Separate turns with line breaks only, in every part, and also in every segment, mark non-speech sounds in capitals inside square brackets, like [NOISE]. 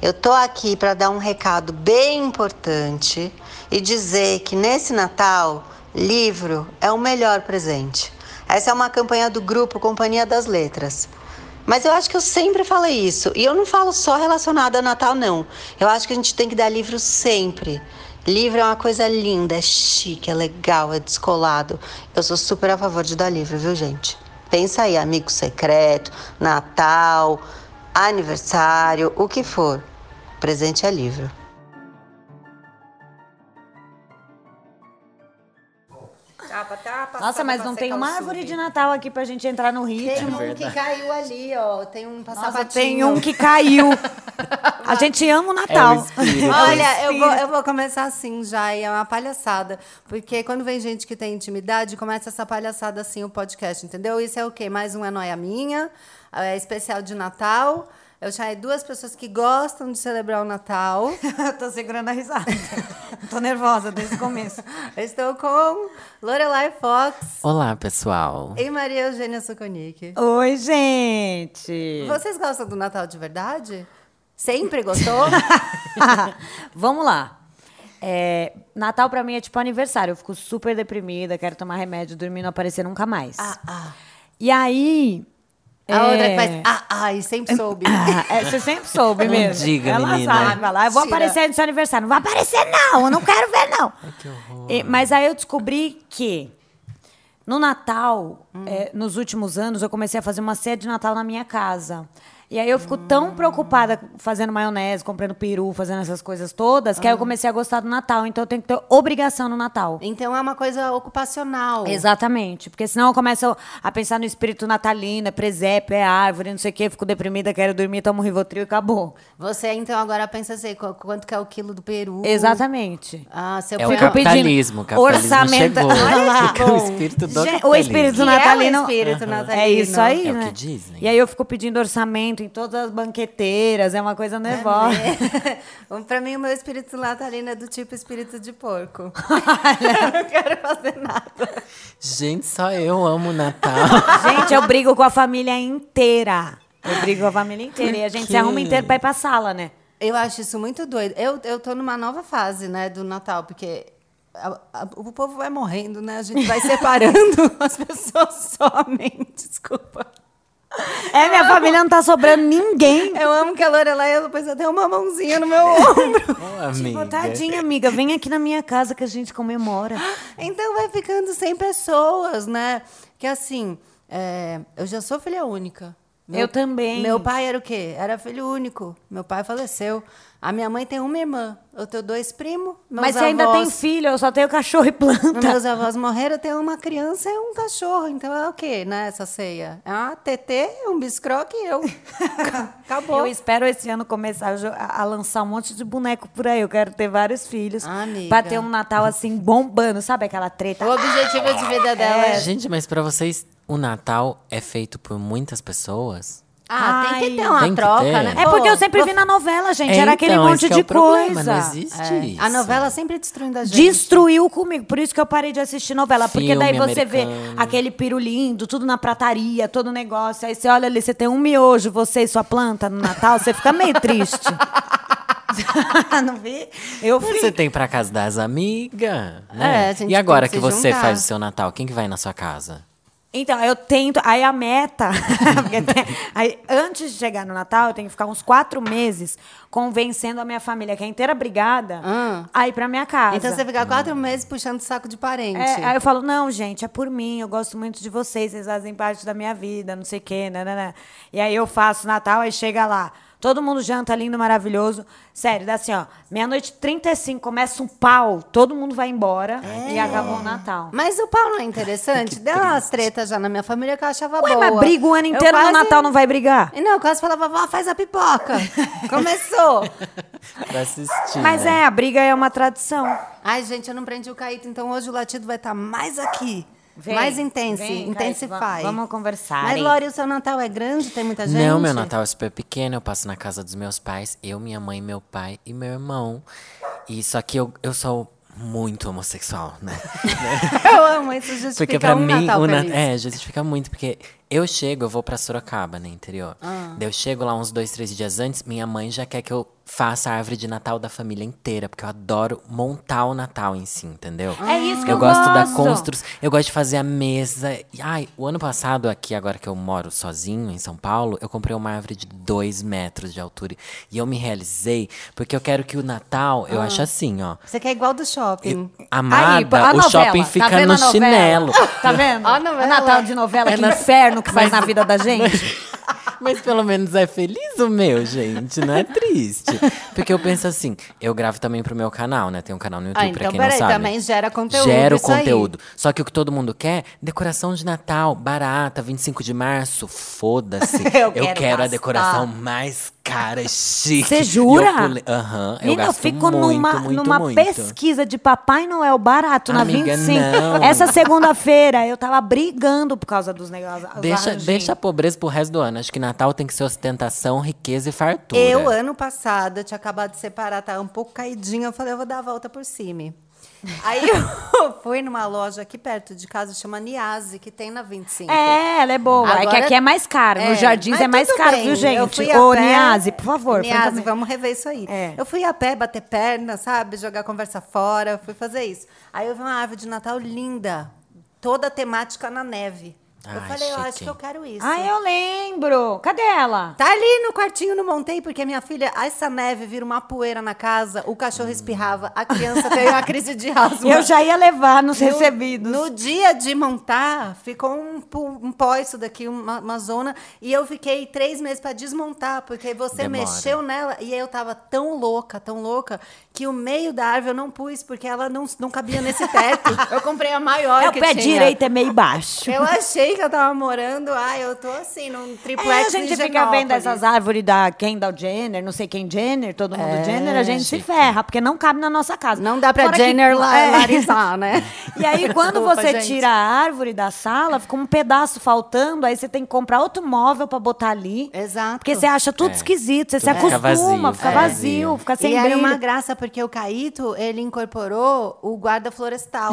Eu tô aqui para dar um recado bem importante e dizer que nesse Natal, livro é o melhor presente. Essa é uma campanha do grupo Companhia das Letras. Mas eu acho que eu sempre falei isso, e eu não falo só relacionado a Natal não. Eu acho que a gente tem que dar livro sempre. Livro é uma coisa linda, é chique, é legal, é descolado. Eu sou super a favor de dar livro, viu, gente? Pensa aí, amigo secreto, Natal, aniversário, o que for. Presente é livro.
Tapa, tapa, um
Nossa, mas não tem uma árvore de Natal aqui pra gente entrar no
Tem
ritmo.
um que caiu ali, ó. Tem um
Nossa,
passapatinho.
tem um que caiu. A gente ama o Natal.
É o
[LAUGHS]
espírito.
Olha, eu vou, eu vou começar assim já, e é uma palhaçada. Porque quando vem gente que tem intimidade, começa essa palhaçada assim, o podcast, entendeu? Isso é o quê? Mais um É Noia Minha, é especial de Natal. Eu chamei duas pessoas que gostam de celebrar o Natal. [LAUGHS]
Eu tô segurando a risada. Tô nervosa desde o começo.
Eu Estou com Lorelai Fox
Olá, pessoal.
e Maria Eugênia Suconic.
Oi, gente.
Vocês gostam do Natal de verdade? Sempre
[LAUGHS]
gostou?
[LAUGHS] Vamos lá. É, Natal pra mim é tipo aniversário. Eu fico super deprimida, quero tomar remédio, dormir não aparecer nunca mais. E aí.
A outra que
é,
faz, ah, ah, e sempre
[LAUGHS]
soube.
Ah, é, você sempre soube
Não
mesmo.
diga,
Ela
menina.
sabe, vai lá, eu vou
Mentira.
aparecer no seu aniversário. Não vai aparecer, não, eu não quero ver, não.
que horror.
E- mas aí eu descobri que no Natal, é, nos últimos anos, eu comecei a fazer uma ceia de Natal na minha casa. E aí eu fico tão preocupada fazendo maionese, comprando peru, fazendo essas coisas todas, que aí eu comecei a gostar do Natal. Então eu tenho que ter obrigação no Natal.
Então é uma coisa ocupacional.
Exatamente, porque senão eu começo a pensar no espírito natalino, é presépio, é árvore, não sei o quê, fico deprimida, quero dormir, tomo Rivotril e acabou.
Você então agora pensa assim, qu- quanto que é o quilo do peru?
Exatamente.
Ah, seu
É o
peru.
Fico pedindo
capitalismo. O capitalismo
orçamento-
chegou.
Olha lá.
Porque o espírito do
Gente,
capitalismo.
o espírito
Que é o
natalino.
espírito
Aham.
natalino.
É isso aí,
É o
né?
que dizem.
E aí eu fico pedindo orçamento em todas as banqueteiras, é uma coisa nervosa.
[LAUGHS] É. pra mim, o meu espírito natalino é do tipo espírito de
[LAUGHS]
porco. eu não quero fazer nada.
Gente, só eu amo o
[LAUGHS]
Natal.
[LAUGHS] Gente, eu brigo com a família inteira. Eu brigo com a família inteira. E a gente
quê?
se arruma inteiro pra ir pra sala, né?
Eu acho isso muito doido. Eu, eu tô numa nova fase, né, do Natal, porque a- a- o povo vai morrendo, né? A gente
[LAUGHS]
vai separando, as pessoas somem. [LAUGHS] Desculpa.
É, minha família não tá sobrando ninguém.
Eu amo que a Lorelai, ela pôs até uma mãozinha no meu
[LAUGHS]
ombro.
Ô, amiga.
Tipo, tadinha, amiga, vem aqui na minha casa que a gente comemora.
Então vai ficando sem pessoas, né? Que assim, é, eu já sou filha única.
Eu também.
Meu pai era o quê? Era filho único. Meu pai faleceu. A minha mãe tem uma irmã. Eu tenho dois primos. meus
Mas você ainda tem
avós-
filho, eu só tenho cachorro e planta.
Meus avós morreram, eu tenho uma criança e um cachorro. Então é o quê, né, essa ceia? É uma TT, um biscroque
[LAUGHS]
e eu. [LAUGHS] Acabou.
Eu espero esse ano começar a jo- a, a lançar um monte de boneco por aí. Eu quero ter vários filhos.
Ah, amiga.
Pra ter um Natal assim bombando, sabe aquela treta?
O objetivo de vida dela é...
Gente, mas pra vocês, o Natal é feito por muitas pessoas?
Ah, tem que
Ai.
ter uma
Tem que
troca,
ter.
né?
É porque eu
Pô,
sempre vi na novela, gente.
É,
Era aquele
então,
monte
esse que
de
é o problema,
coisa. É,
não existe isso.
A novela sempre destruindo a gente.
Destruiu comigo, por isso que eu parei de assistir novela. porque
Filme
daí você
americano.
vê aquele peru lindo, tudo na prataria, todo negócio. Aí você olha ali, você tem um miojo, você e sua planta no Natal, você fica meio
[LAUGHS]
triste. [LAUGHS] não vi? Eu vi.
Você tem pra casa das amigas,
É,
né?
a gente
e agora
tem
que
que se
você
juntar.
faz o seu Natal, quem que vai na sua casa?
Então, eu tento. Aí a meta. [LAUGHS] porque tem- aí, antes de chegar no Natal, eu tenho que ficar uns quatro meses convencendo a minha família, que é inteira brigada,
Ah.
a ir pra minha casa.
Então você fica quatro meses puxando saco de parente.
É, aí eu falo, não, gente, é por mim, eu gosto muito de né, vocês, vocês fazem parte da minha vida, não sei o quê, nananã. E aí eu faço Natal, aí chega lá, Todo mundo janta lindo, maravilhoso. Sério, dá assim, ó. Meia-noite 35, começa um pau, todo mundo vai embora e acabou o Natal.
Mas o pau
[LAUGHS]
não é interessante? Deu umas tretas já na minha família que eu achava
Ué,
boa.
mas briga o ano
Eu
inteiro, no
quase-
Natal não vai brigar?
Não, eu quase falava, vó, faz
[LAUGHS]
a pipoca. Começou.
Pra assistir.
Mas
né?
é, a briga é uma tradição.
Ai, gente, eu não prendi o Caíto, então hoje o latido vai estar mais aqui.
Vem,
mais intenso,
vem,
intensify.
Kaique, va- vamos conversar,
Mas,
hein?
[LAUGHS] Lori, o seu Natal é grande? Tem muita gente?
Não, meu Natal é super pequeno. Eu passo na casa dos meus pais. Eu, minha mãe, meu pai e meu irmão. E só que eu, eu sou muito homossexual, né?
[LAUGHS] Eu amo, isso justifica
Porque é pra
um
mim,
Natal
o
feliz.
Natal. É, justifica muito, porque eu chego, eu vou pra Sorocaba, no interior.
Ah.
Daí eu chego lá uns dois, três dias antes, minha mãe já quer que eu faça a árvore de Natal da família inteira, porque eu adoro montar o Natal em si, entendeu?
É isso que
Eu
eu,
gosto da
construção.
construção, eu gosto de fazer a mesa. E, Ai, o ano passado, aqui, agora que eu moro sozinho em São Paulo, eu comprei uma árvore de dois metros de altura. E eu me realizei, porque eu quero que o Natal,
Ah.
eu acho assim, ó.
Você quer é igual do shopping.
Amada,
Aí, a
o
novela.
shopping
Tá
fica
vendo
no
a novela? [LAUGHS]
chinelo.
Tá vendo?
A novela.
É Natal de novela, que inferno que faz na vida da gente.
Mas pelo menos é feliz o meu, gente, não é triste. Porque eu penso assim, eu gravo também pro meu canal, né? Tem um canal no YouTube
Ah,
pra
então
quem não
peraí,
sabe.
também gera conteúdo.
Gera o
isso aí.
conteúdo. Só que o que todo mundo quer, decoração de Natal, barata, 25 de março, foda-se.
Eu
eu,
quero
quero,
gastar.
a decoração mais cara, e chique.
Você
E eu
jura?
pule- Aham, eu
Menina, eu
gasto
fico
muito,
numa,
muito,
numa
muito.
pesquisa de Papai Noel barato na
Amiga,
25.
não.
Essa segunda-feira eu tava brigando por causa dos negócios. os
Deixa,
arranjinhos.
deixa a pobreza pro resto do ano. Acho que Natal tem que ser ostentação, riqueza e fartura.
Eu, ano passado, eu tinha acabado de separar, tava um pouco caidinha. Eu falei, eu vou dar a volta por cima. Aí [LAUGHS] eu fui numa loja aqui perto de casa, chama Niase, que tem na 25.
É, ela é boa. é que
Agora-
aqui é mais caro. Nos
É,
jardins
mas
é mais
tudo
caro,
bem,
viu,
eu
gente?
fui a
Ô,
pé.
Niazi, por favor.
Niazi,
vamos.
vamos rever isso aí.
É.
Eu fui a pé bater perna, sabe? Jogar conversa fora, fui fazer isso. Aí eu vi uma árvore de Natal linda, toda temática na neve. eu
Ai,
falei, eu acho
chique.
que eu quero isso.
Ah, eu lembro. Cadê ela?
Tá ali no quartinho, não montei, porque minha filha, essa neve vira uma poeira na casa, o cachorro espirrava, a criança teve uma crise de asma.
Eu já ia levar nos
No-
recebidos.
No dia de montar, ficou um, pu- um pó isso daqui, uma, uma zona. E eu fiquei três meses pra desmontar, porque você
Demora.
mexeu nela. E eu tava tão louca, tão louca, que o meio da árvore eu não pus, porque ela não, não cabia nesse teto. [LAUGHS] eu comprei a maior
É, o
que
pé
tinha.
direito é meio baixo.
[LAUGHS] Eu achei que eu tava morando, ah, eu tô assim, num
É,
triplex
a gente
em
fica vendo
Genópolis.
essas árvores da Kendall Jenner, não sei quem Jenner, todo mundo Jenner, a gente se
chique.
ferra, porque não cabe na nossa casa.
É, Não dá pra
Fora que- [LAUGHS]
[LAUGHS] Jenner lá,
É.
larizar, [LAUGHS] né?
E aí, quando
Desculpa,
você
gente.
tira a árvore da sala, fica um pedaço faltando, aí você tem que comprar outro móvel pra botar ali.
Exato.
Porque você acha tudo
É.
esquisito, você se
Tudo fica
acostuma, fica vazio,
vazio,
fica,
é.
sem
e era
brilho.
uma graça, porque o Caíto, ele incorporou o
[LAUGHS]
guarda florestal.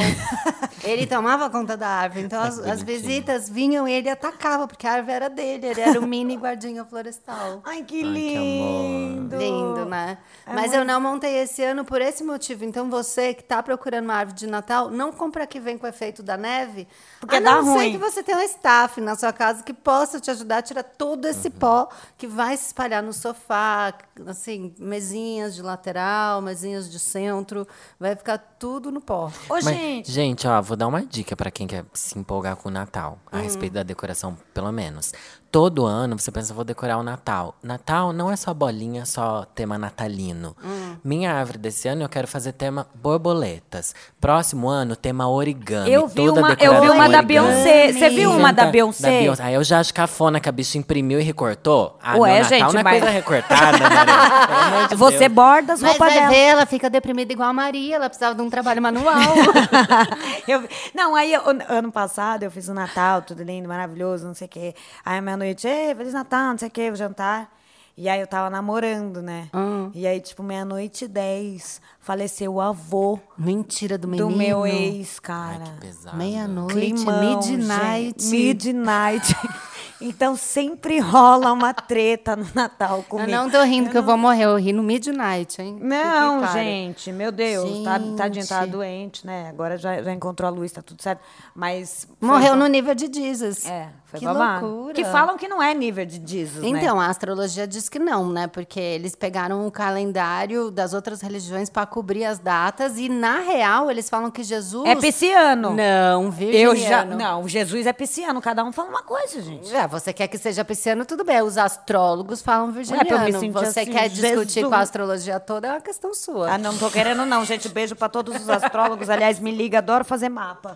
ele tomava conta da árvore. Então, as, as
bonitinho.
visitas vinham e ele atacava, porque a árvore era dele. Ele era o mini guardinha florestal.
Ai, que
Ai, que amor.
lindo.
Lindo, né?
É
Mas eu não montei esse ano por esse motivo. Então, você que tá procurando uma árvore de Natal, não compra que vem com efeito da neve.
Porque
a não
dá
ser
ruim.
que você tenha um staff na sua casa que possa te ajudar a tirar todo esse pó que vai se espalhar no sofá, assim, mesinhas de lateral, mesinhas de centro. Vai ficar tudo no pó.
Ô,
Mas,
gente,
gente, ó, vou dar uma dica pra quem quer se empolgar com o Natal, a
Hum.
respeito da decoração, pelo menos. Todo ano você pensa, vou decorar o Natal. Natal não é só bolinha, só tema natalino.
Hum.
Minha árvore desse ano eu quero fazer tema borboletas. Próximo ano, tema origami.
Eu vi
Toda
uma- eu
decorada
vi
com
uma da
origami.
Beyoncé. Você viu
uma da
Inventa-
Beyoncé?
Aí eu já acho cafona que a bicha imprimiu e recortou. Ah,
Ué,
não, Natal
gente,
não é
mas-
coisa recortada, Maria. Pelo amor
[LAUGHS]
de
você
Deus.
borda as roupas dela.
ela fica deprimida igual a Maria. Ela precisava de um trabalho manual.
[LAUGHS] Eu- não, aí eu- ano passado eu fiz o Natal, tudo lindo, maravilhoso, não sei o quê. Aí meia-noite, ei, Feliz Natal, não sei o quê, vou jantar. E aí eu tava namorando, né?
Hum.
E aí, tipo, meia-noite e dez, faleceu o avô
Mentira do menino.
do meu ex, cara.
Que pesado.
Meia-noite,
Climão,
midnight.
gente. Midnight. [LAUGHS] Então sempre rola uma treta no Natal
Eu
comigo.
não tô rindo que eu vou morrer, eu ri no midnight, hein?
Não,
Fique claro.
gente, meu Deus, tá, tadinho, tava
Gente.
doente, né? Agora já, já encontrou a luz, tá tudo certo. Mas. foi
Morreu
um-
no nível de Jesus.
É, Foi
Que
babado.
loucura.
Que falam que não é nível de Jesus, né?
Então, a astrologia diz que não, né? Porque eles pegaram o calendário das outras religiões para cobrir as datas e, na real, eles falam que Jesus.
É pisciano.
Não, virginiano.
Eu já. Não, Jesus é pisciano, cada um fala uma coisa, gente.
É, você quer que seja pisciano, tudo bem. Os astrólogos falam
pra eu me
virginiano.
sentir
você
assim,
quer discutir
Jesus.
com a astrologia toda, é uma questão sua.
Ah,
[LAUGHS]
não tô querendo, não, gente. Beijo pra todos os astrólogos. Aliás, me liga, adoro fazer
[LAUGHS]
mapa.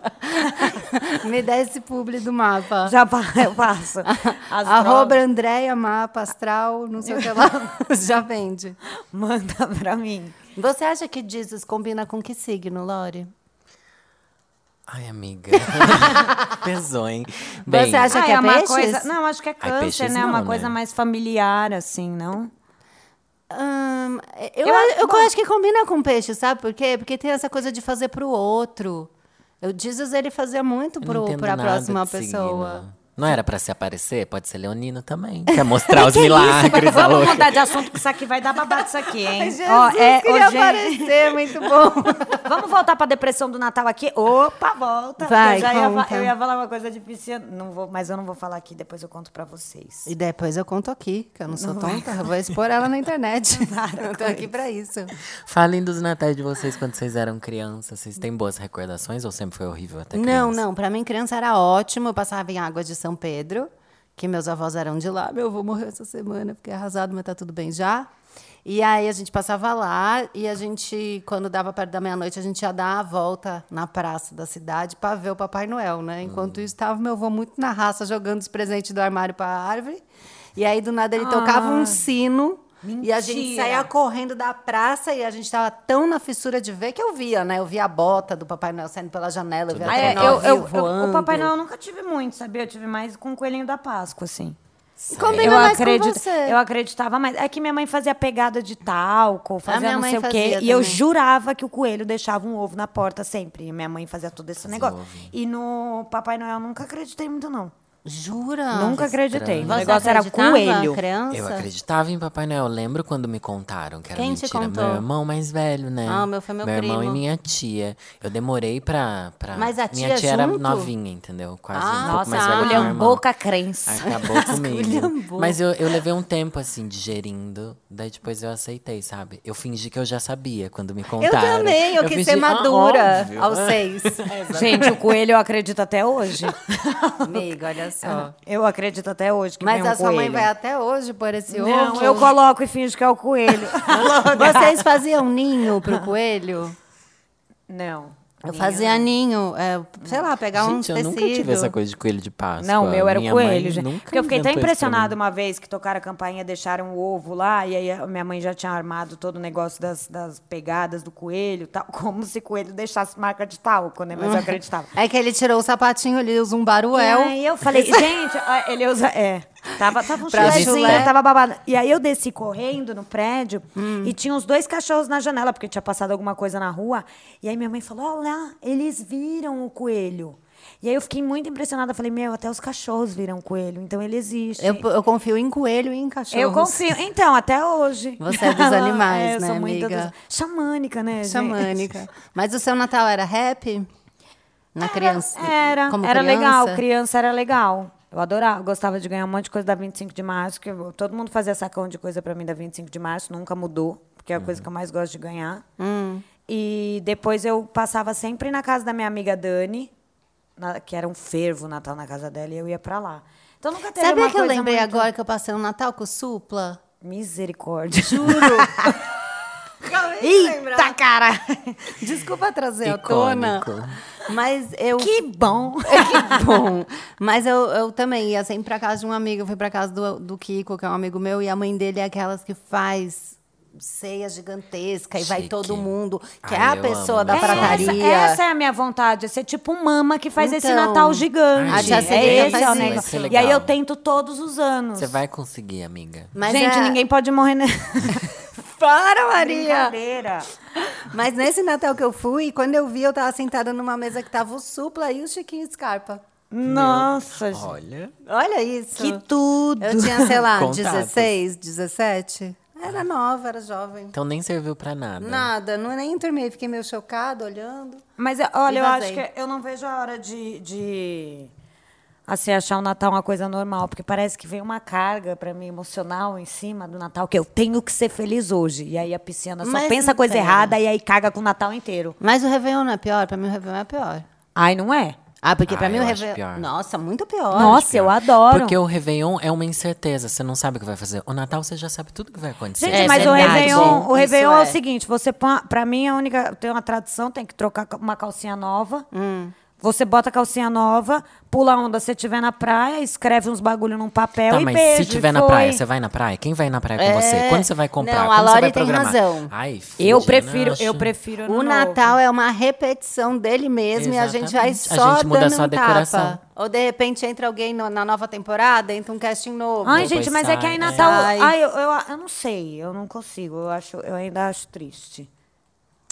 Me dá esse publi do mapa.
Já fa- eu faço.
Arroba
Arroba.
Andréia, mapa astral, não sei o que
[LAUGHS]
lá. Já vende.
Manda pra mim.
Você acha que Jesus combina com que signo, Lore?
Ai, amiga. [LAUGHS] Pesou, hein? Bem,
Você acha
Ah,
que é,
é uma
peixes?
coisa. Não, acho que é câncer,
peixes
né? É uma
não,
coisa
né?
mais familiar, assim, não?
Hum, eu,
Eu
eu,
acho bom.
acho que combina com peixe, sabe por quê? Porque tem essa coisa de fazer pro outro. O Jesus, ele fazia muito
eu não
pro,
entendo
pra
nada
próxima
de signo.
pessoa.
Não era pra se aparecer? Pode ser leonino também.
[LAUGHS]
Quer mostrar os milagres,
[LAUGHS]
a
Vamos
louca.
mudar de assunto, que isso aqui vai dar babado isso aqui,
[LAUGHS]
hein?
Jesus
Ó, é,
queria
ó, gente,
aparecer, muito
[LAUGHS]
bom.
Vamos voltar pra depressão do Natal aqui? Opa, volta.
Vai,
eu, já ia, fa-
conta.
eu ia falar uma coisa difícil, não vou, mas eu não vou falar aqui, depois eu conto pra vocês.
[LAUGHS] E depois eu conto aqui, que eu não é. sou tonta, eu vou expor ela na [LAUGHS] internet. eu tô aqui pra isso.
Falem dos natais de vocês quando vocês eram crianças. Vocês têm boas recordações ou sempre foi horrível até criança?
Não, não, pra mim criança era ótimo, eu passava em Águas de São Pedro, que meus avós eram de lá. Meu avô morreu essa semana, fiquei arrasado, mas tá tudo bem já. E aí a gente passava lá e a gente, quando dava perto da meia-noite, a gente ia dar a volta na praça da cidade pra ver o Papai Noel, né?
Hum.
Enquanto isso, tava meu avô muito na raça, jogando os presentes do armário pra árvore. E aí, do nada, ele tocava
Ah.
um sino. E a gente
Mentira.
saía correndo da praça e a gente tava tão na fissura de ver que eu via, né? Eu via a bota do Papai Noel saindo pela janela, eu via
Ah, é,
trenó
eu, eu-
vivo
eu-
voando.
o Papai Noel eu nunca tive muito, sabia? Eu tive mais com o Coelhinho da Páscoa, assim.
Combina
Eu,
é mais
acredito,
com você.
eu acreditava mais. É que minha mãe fazia pegada de talco, fazia
minha
não
mãe
sei o quê.
fazia
E eu
também.
jurava que o coelho deixava um ovo na porta sempre. E minha mãe fazia todo esse negócio. E no Papai Noel eu nunca acreditei muito, não.
Jura?
nunca acreditei.
estranho.
O
Você
negócio era
Ah. acreditava,
coelho.
criança?
Eu acreditava em Papai Noel. Lembro quando me contaram que era
Quem te
mentira.
contou?
Meu irmão mais velho, né?
Ah, o meu foi meu
irmão
primo.
e minha tia. Eu demorei pra. pra...
Mas a
minha
tia
tia era
junto?
novinha, entendeu? Quase um
Ah,
pouco mais
tá.
velha que meu
Olha,
irmão.
boca crença. [LAUGHS]
Acabou comigo. Mas eu, eu levei um tempo, assim, digerindo. Daí depois eu aceitei, sabe? Eu fingi que eu já sabia quando me
Eu
contaram.
também, Tá, eu, quis
fingi,
ser
"Ah,
madura
óbvio."
aos [LAUGHS] seis.
Gente, o coelho eu acredito até hoje.
[LAUGHS] Amiga, olha só.
[LAUGHS] Eu acredito até hoje que
Mas
vem um
a sua mãe
coelho.
vai até hoje por esse
Não,
ovo?
eu
[LAUGHS]
coloco e finjo que é o coelho.
Vocês faziam ninho pro coelho?
Não.
Eu fazia ninho, é, sei lá, pegar um
Gente, eu
tecido.
nunca tive essa coisa de coelho de Páscoa.
Não, o meu era o
Minha mãe
coelho, gente.
nunca
Porque eu fiquei tão
inventou isso pra mim.
impressionada uma vez que tocaram a campainha, deixaram o ovo lá, e aí a minha mãe já tinha armado todo o negócio das, das pegadas do coelho e tal, [LAUGHS] como se coelho deixasse marca de talco, né? Mas eu acreditava.
É que ele tirou o sapatinho, ele usa um baruel.
E aí eu falei, gente, ó, ele usa. É. Tava, tava um
Pra
chulezinho,
chulé.
tava babado. E aí eu desci correndo no prédio e tinha uns dois cachorros na janela, porque tinha passado alguma coisa na rua. E aí minha mãe falou: olha lá, eles viram o coelho. E aí eu fiquei muito impressionada. Falei, meu, até os cachorros viram o coelho, então ele existe.
Eu, eu confio em coelho e em cachorro.
Eu confio. Então, até hoje.
Você
[LAUGHS]
é dos animais,
eu
né,
sou muito
amiga?
dos- Xamânica, né? gente?
Xamânica. Mas o seu Natal era happy? Na criança?
Era,
como
era
criança?
legal, criança era legal. Eu adorava, gostava de ganhar um monte de coisa da 25 de março, que eu- todo mundo fazia sacão de coisa pra mim da 25 de março, nunca mudou, porque é a coisa que eu mais gosto de ganhar.
Hum.
E depois eu passava sempre na casa da minha amiga Dani, na- que era um fervo o Natal na casa dela, e eu ia pra lá. Então nunca teve
Sabe
uma
o que eu
coisa
lembrei
muito-
agora que eu passei um Natal com o Supla?
Misericórdia.
Eita, cara! [LAUGHS] Desculpa trazer à tona.
Icônico.
Mas eu. [LAUGHS] é
que [LAUGHS] bom!
Que bom! Mas eu, eu também ia sempre pra casa de um amigo. Eu fui pra casa do, do Kiko, que é um amigo meu, e a mãe dele é aquelas que faz ceia gigantesca e vai
Chique.
todo mundo, que
Ai,
é a
eu
pessoa
amo
da
Natal.
prataria.
Essa, essa é a minha vontade, é ser tipo um mama que faz esse
Então,
Natal gigante.
a Tia Celina
é esse
faz
é o
isso.
negócio.
Vai ser
E aí eu
legal.
tento todos os anos.
Você vai conseguir, amiga.
Mas
Gente,
é-
ninguém pode morrer nessa
Para, [LAUGHS] Maria!
brincadeira.
Mas nesse Natal que eu fui, quando eu vi, eu tava sentada numa mesa que tava o Supla e o Chiquinho Scarpa.
Nossa, gente.
Olha.
Olha isso.
Que tudo.
Eu tinha, sei [LAUGHS] lá,
Contatos.
16, 17. Era nova, era jovem.
Então nem serviu pra nada.
Nada, não nem dormi, fiquei meio chocada olhando.
Mas olha, eu acho
vazei.
que eu não vejo a hora de. de- a se achar o Natal uma coisa normal, porque parece que vem uma carga para mim emocional em cima do Natal, que eu tenho que ser feliz hoje. E aí a pisciana só
Mas então.
pensa
não
coisa
tem.
errada e aí caga com o Natal inteiro.
Mas o Réveillon não é pior? Pra mim o Réveillon é pior.
Ai, não é?
Ah, porque pra
Ah,
mim
eu
o
acho
Réveillon...
pior.
Nossa, muito pior.
Nossa, eu adoro.
Porque o Réveillon é uma incerteza, você não sabe o que vai fazer. O Natal você já sabe tudo que vai acontecer.
Gente,
É
mas o
verdade.
Réveillon, o
Isso
Réveillon é.
é.
o seguinte: você, põe- pra mim, a única. Tem uma tradição, tem que trocar ca- uma calcinha nova.
Hum.
Você bota a calcinha nova, pula a onda se tiver na praia, escreve uns bagulho num papel
Tá,
e
mas
beijo.
se tiver
e
na
um foi.
praia, você vai na praia? Quem vai na praia com você? Quando você vai comprar?
Não, a
Quando você vai
Lori tem
programar?
razão.
Ai,
Eu
filha,
prefiro,
não
eu
acho.
prefiro ano
O
novo.
Natal é uma repetição dele mesmo e a gente vai
Exatamente. A
só
gente muda
dando
só a
um
decoração.
tapa. Ou de repente entra alguém no- na nova temporada, entra um casting novo.
Ai,
Depois
gente, mas é que aí
sai, né?
Natal.
é.
Ai, eu, eu, eu não sei, eu não consigo. Eu, acho, eu ainda acho triste.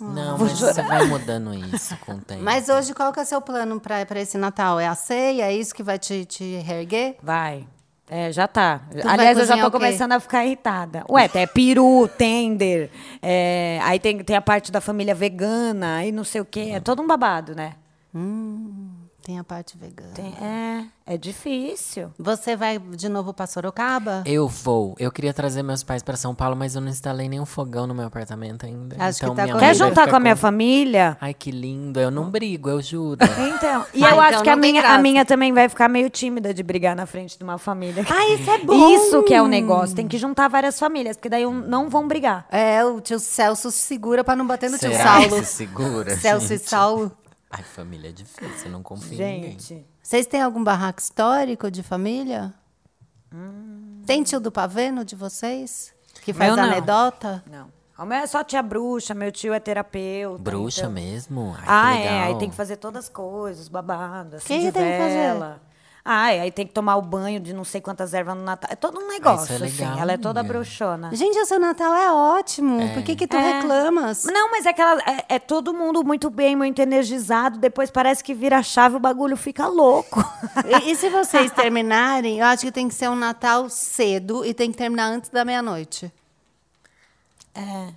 Não, mas você vai mudando isso com o tempo.
Mas hoje, qual que é o seu plano pra pra esse Natal? É a ceia? É isso que vai te, te reerguer?
Vai. É, já tá.
vai
Aliás, eu já
cozinhar
tô
o quê?
começando a ficar irritada. Ué, é peru, tender, é, aí tem, tem a parte da família vegana, aí não sei o quê. É
Uhum.
todo um babado, né?
Tem a parte vegana.
Tem- é, é difícil.
Você vai de novo pra Sorocaba?
Eu vou. Eu queria trazer meus pais pra São Paulo, mas eu não instalei nenhum fogão no meu apartamento ainda.
Acho que
então,
tá
minha
corrido.
mãe
Quer
vai
juntar
ficar
com a minha família?
Ai, que lindo. Eu não brigo, eu juro.
Então, e eu
Ah, então
acho que a
não tem
minha, a
graça.
minha também vai ficar meio tímida de brigar na frente de uma família.
Ah, isso é bom!
Isso que é o negócio. Tem que juntar várias famílias, porque daí um- não vão brigar.
É, o tio Celso se segura pra não bater no tio
Será que
Saulo.
se segura?
Celso e
gente?
Saulo.
Ai, família é difícil, não confio em ninguém.
Gente.
Vocês têm algum barraco histórico de família?
Hum.
Tem tio do paveno de vocês? Que faz
Meu não.
anedota?
Não. O meu é só tia bruxa, meu tio é terapeuta.
Bruxa
então-
mesmo? Ai,
Ah,
que legal.
é. Aí tem que fazer todas as coisas, babado, assim,
Quem
de
tem que fazer?
vela. Ah, aí tem que tomar o banho de não sei quantas ervas no Natal. É todo um negócio,
Ah, legal,
assim. Ela é toda
menina.
bruxona.
Ah.
Gente, o seu Natal é ótimo. Por que, que tu
É.
reclamas?
Não, mas é aquela. É, é todo mundo muito bem, muito energizado. Depois parece que vira a chave, o bagulho fica louco.
E, e se vocês terminarem, eu acho que tem que ser um Natal cedo e tem que terminar antes da meia-noite.
É.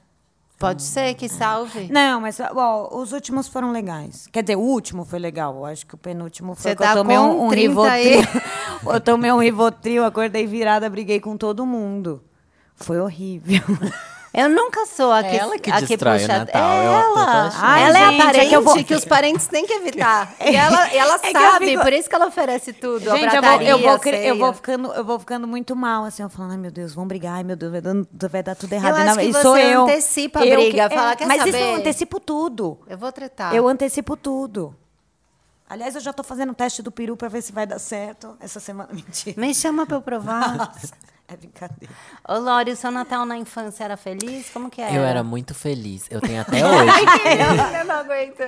Pode ser que salve.
[LAUGHS] Não, mas ó, os últimos foram legais. Quer dizer, o último foi legal. Eu acho que o penúltimo foi
Você
que eu
tá
tomei
com
um, um
30
rivotril.
aí.
[LAUGHS] eu tomei um rivotril, acordei virada, briguei com todo mundo. Foi
[LAUGHS]
horrível.
Eu nunca sou a É que,
Ela que
a
destrói o
puxa.
Natal,
É
eu tô- tô
ela.
achando.
Ai,
ela
gente,
é a
é
parente
que
que,
eu vou-
os parentes têm que [LAUGHS] evitar. E ela, e ela
É que eu
sabe,
fico-
por isso que ela oferece tudo. a
Gente, eu vou, eu, vou,
prataria,
cri- eu,
ceia.
vou ficando, eu vou ficando muito mal, assim, eu falando, ai meu Deus, vão brigar, ai meu Deus, vai, dando- vai dar tudo errado.
acho
Não,
que
e
você
sou eu.
antecipa a
Eu é,
briga, fala, "Quer
Mas isso eu
saber?" Tá.
antecipo tudo.
Eu vou tretar.
Eu antecipo tudo. Aliás, eu já tô fazendo o teste do peru pra ver se vai dar certo essa semana. [LAUGHS] Mentira.
Me chama pra eu provar.
É brincadeira.
[LAUGHS] Ô, Lori, o seu Natal na infância era feliz? Como que era?
Eu era muito feliz. Eu tenho até hoje.
[LAUGHS] eu não aguento.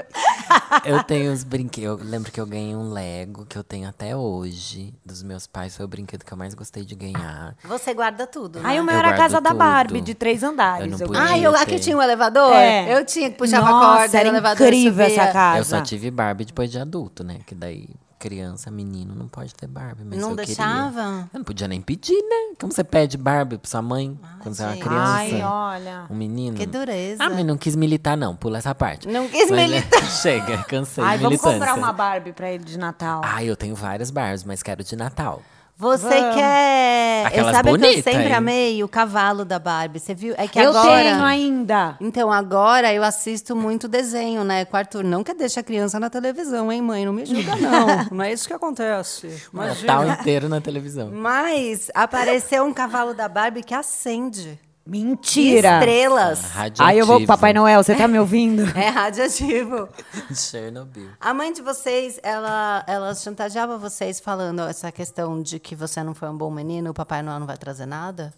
eu tenho os brinquedos. Eu lembro que eu ganhei um Lego que eu tenho até hoje. Dos meus pais, foi o brinquedo que eu mais gostei de ganhar.
Você guarda tudo, né?
Aí o meu
Eu
era a
guardo
casa da
tudo.
Barbie, de três
Eu
andares.
não
Eu
podia.
ganhei.
Ah, eu lá que
tem. assim.
tinha o elevador?
É.
Ah, Eu tinha que puxava
Nossa,
a corda,
era
o elevador
incrível
subia.
essa casa.
Eu só tive Barbie depois de adulto, né? Que daí criança, menino, não pode ter Barbie. Mas
Não
eu queria.
deixava?
Eu não podia nem pedir, né? Como você pede Barbie pra sua mãe quando você é uma
Ah, gente.
criança?
Ai, olha.
Um menino.
Que dureza.
Ah, mas não quis militar, não. Pula essa parte.
Não quis
Mas, é,
militar.
[LAUGHS] Chega, cansei.
Ai,
de
vamos
militância.
comprar uma Barbie pra ele de Natal.
Ah, eu tenho várias Barbies, mas quero de Natal.
Você
Vamos.
quer...
Aquelas
eu sabe que eu
bonitas,
sempre
hein?
amei o cavalo da Barbie. Você viu? É que
eu
agora...
tenho ainda.
Então, agora eu assisto muito desenho, né? Com o Arthur, não que deixa a criança na televisão, hein, mãe? Não me
[LAUGHS]
julga, não. não é isso que acontece.
O Natal inteiro na televisão.
Mas apareceu um cavalo da Barbie que acende.
Mentira.
Estrelas.
Radioativo.
Aí eu vou, Papai Noel, você tá me ouvindo?
É radioativo.
[LAUGHS] Chernobyl.
A mãe de vocês, ela, ela chantageava vocês falando essa questão de que você não foi um bom menino, o Papai Noel não vai trazer nada?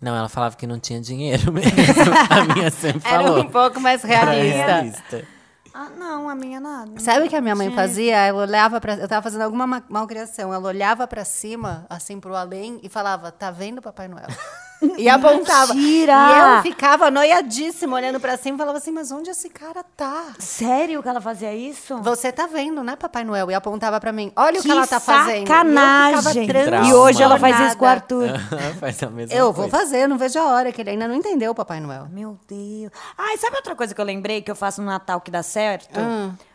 Não, ela falava que não tinha dinheiro [LAUGHS] mesmo. a minha sempre falou.
Era um pouco mais
Era
realista.
[LAUGHS] Ah, não, a minha nada.
Sabe o que a minha mãe fazia? Ela olhava para, eu tava fazendo alguma ma- malcriação, ela olhava para cima, assim pro além e falava: "Tá vendo Papai Noel?" [LAUGHS] E apontava.
Mentira!
E eu ficava noiadíssima olhando para cima e falava assim: "Mas onde esse cara tá?"
Sério que ela fazia isso?
Você tá vendo, né, Papai Noel? E apontava para mim: "Olha o que ela tá fazendo."
sacanagem.
E, eu ficava
E hoje ela faz
transtornada.
isso com o
[LAUGHS]
Arthur.
Faz a mesma
Eu vou
coisa.
fazer, eu não vejo a hora que ele ainda não entendeu o Papai Noel.
Meu Deus. Ai, sabe outra coisa que eu lembrei que eu faço no Natal Hum. que dá certo?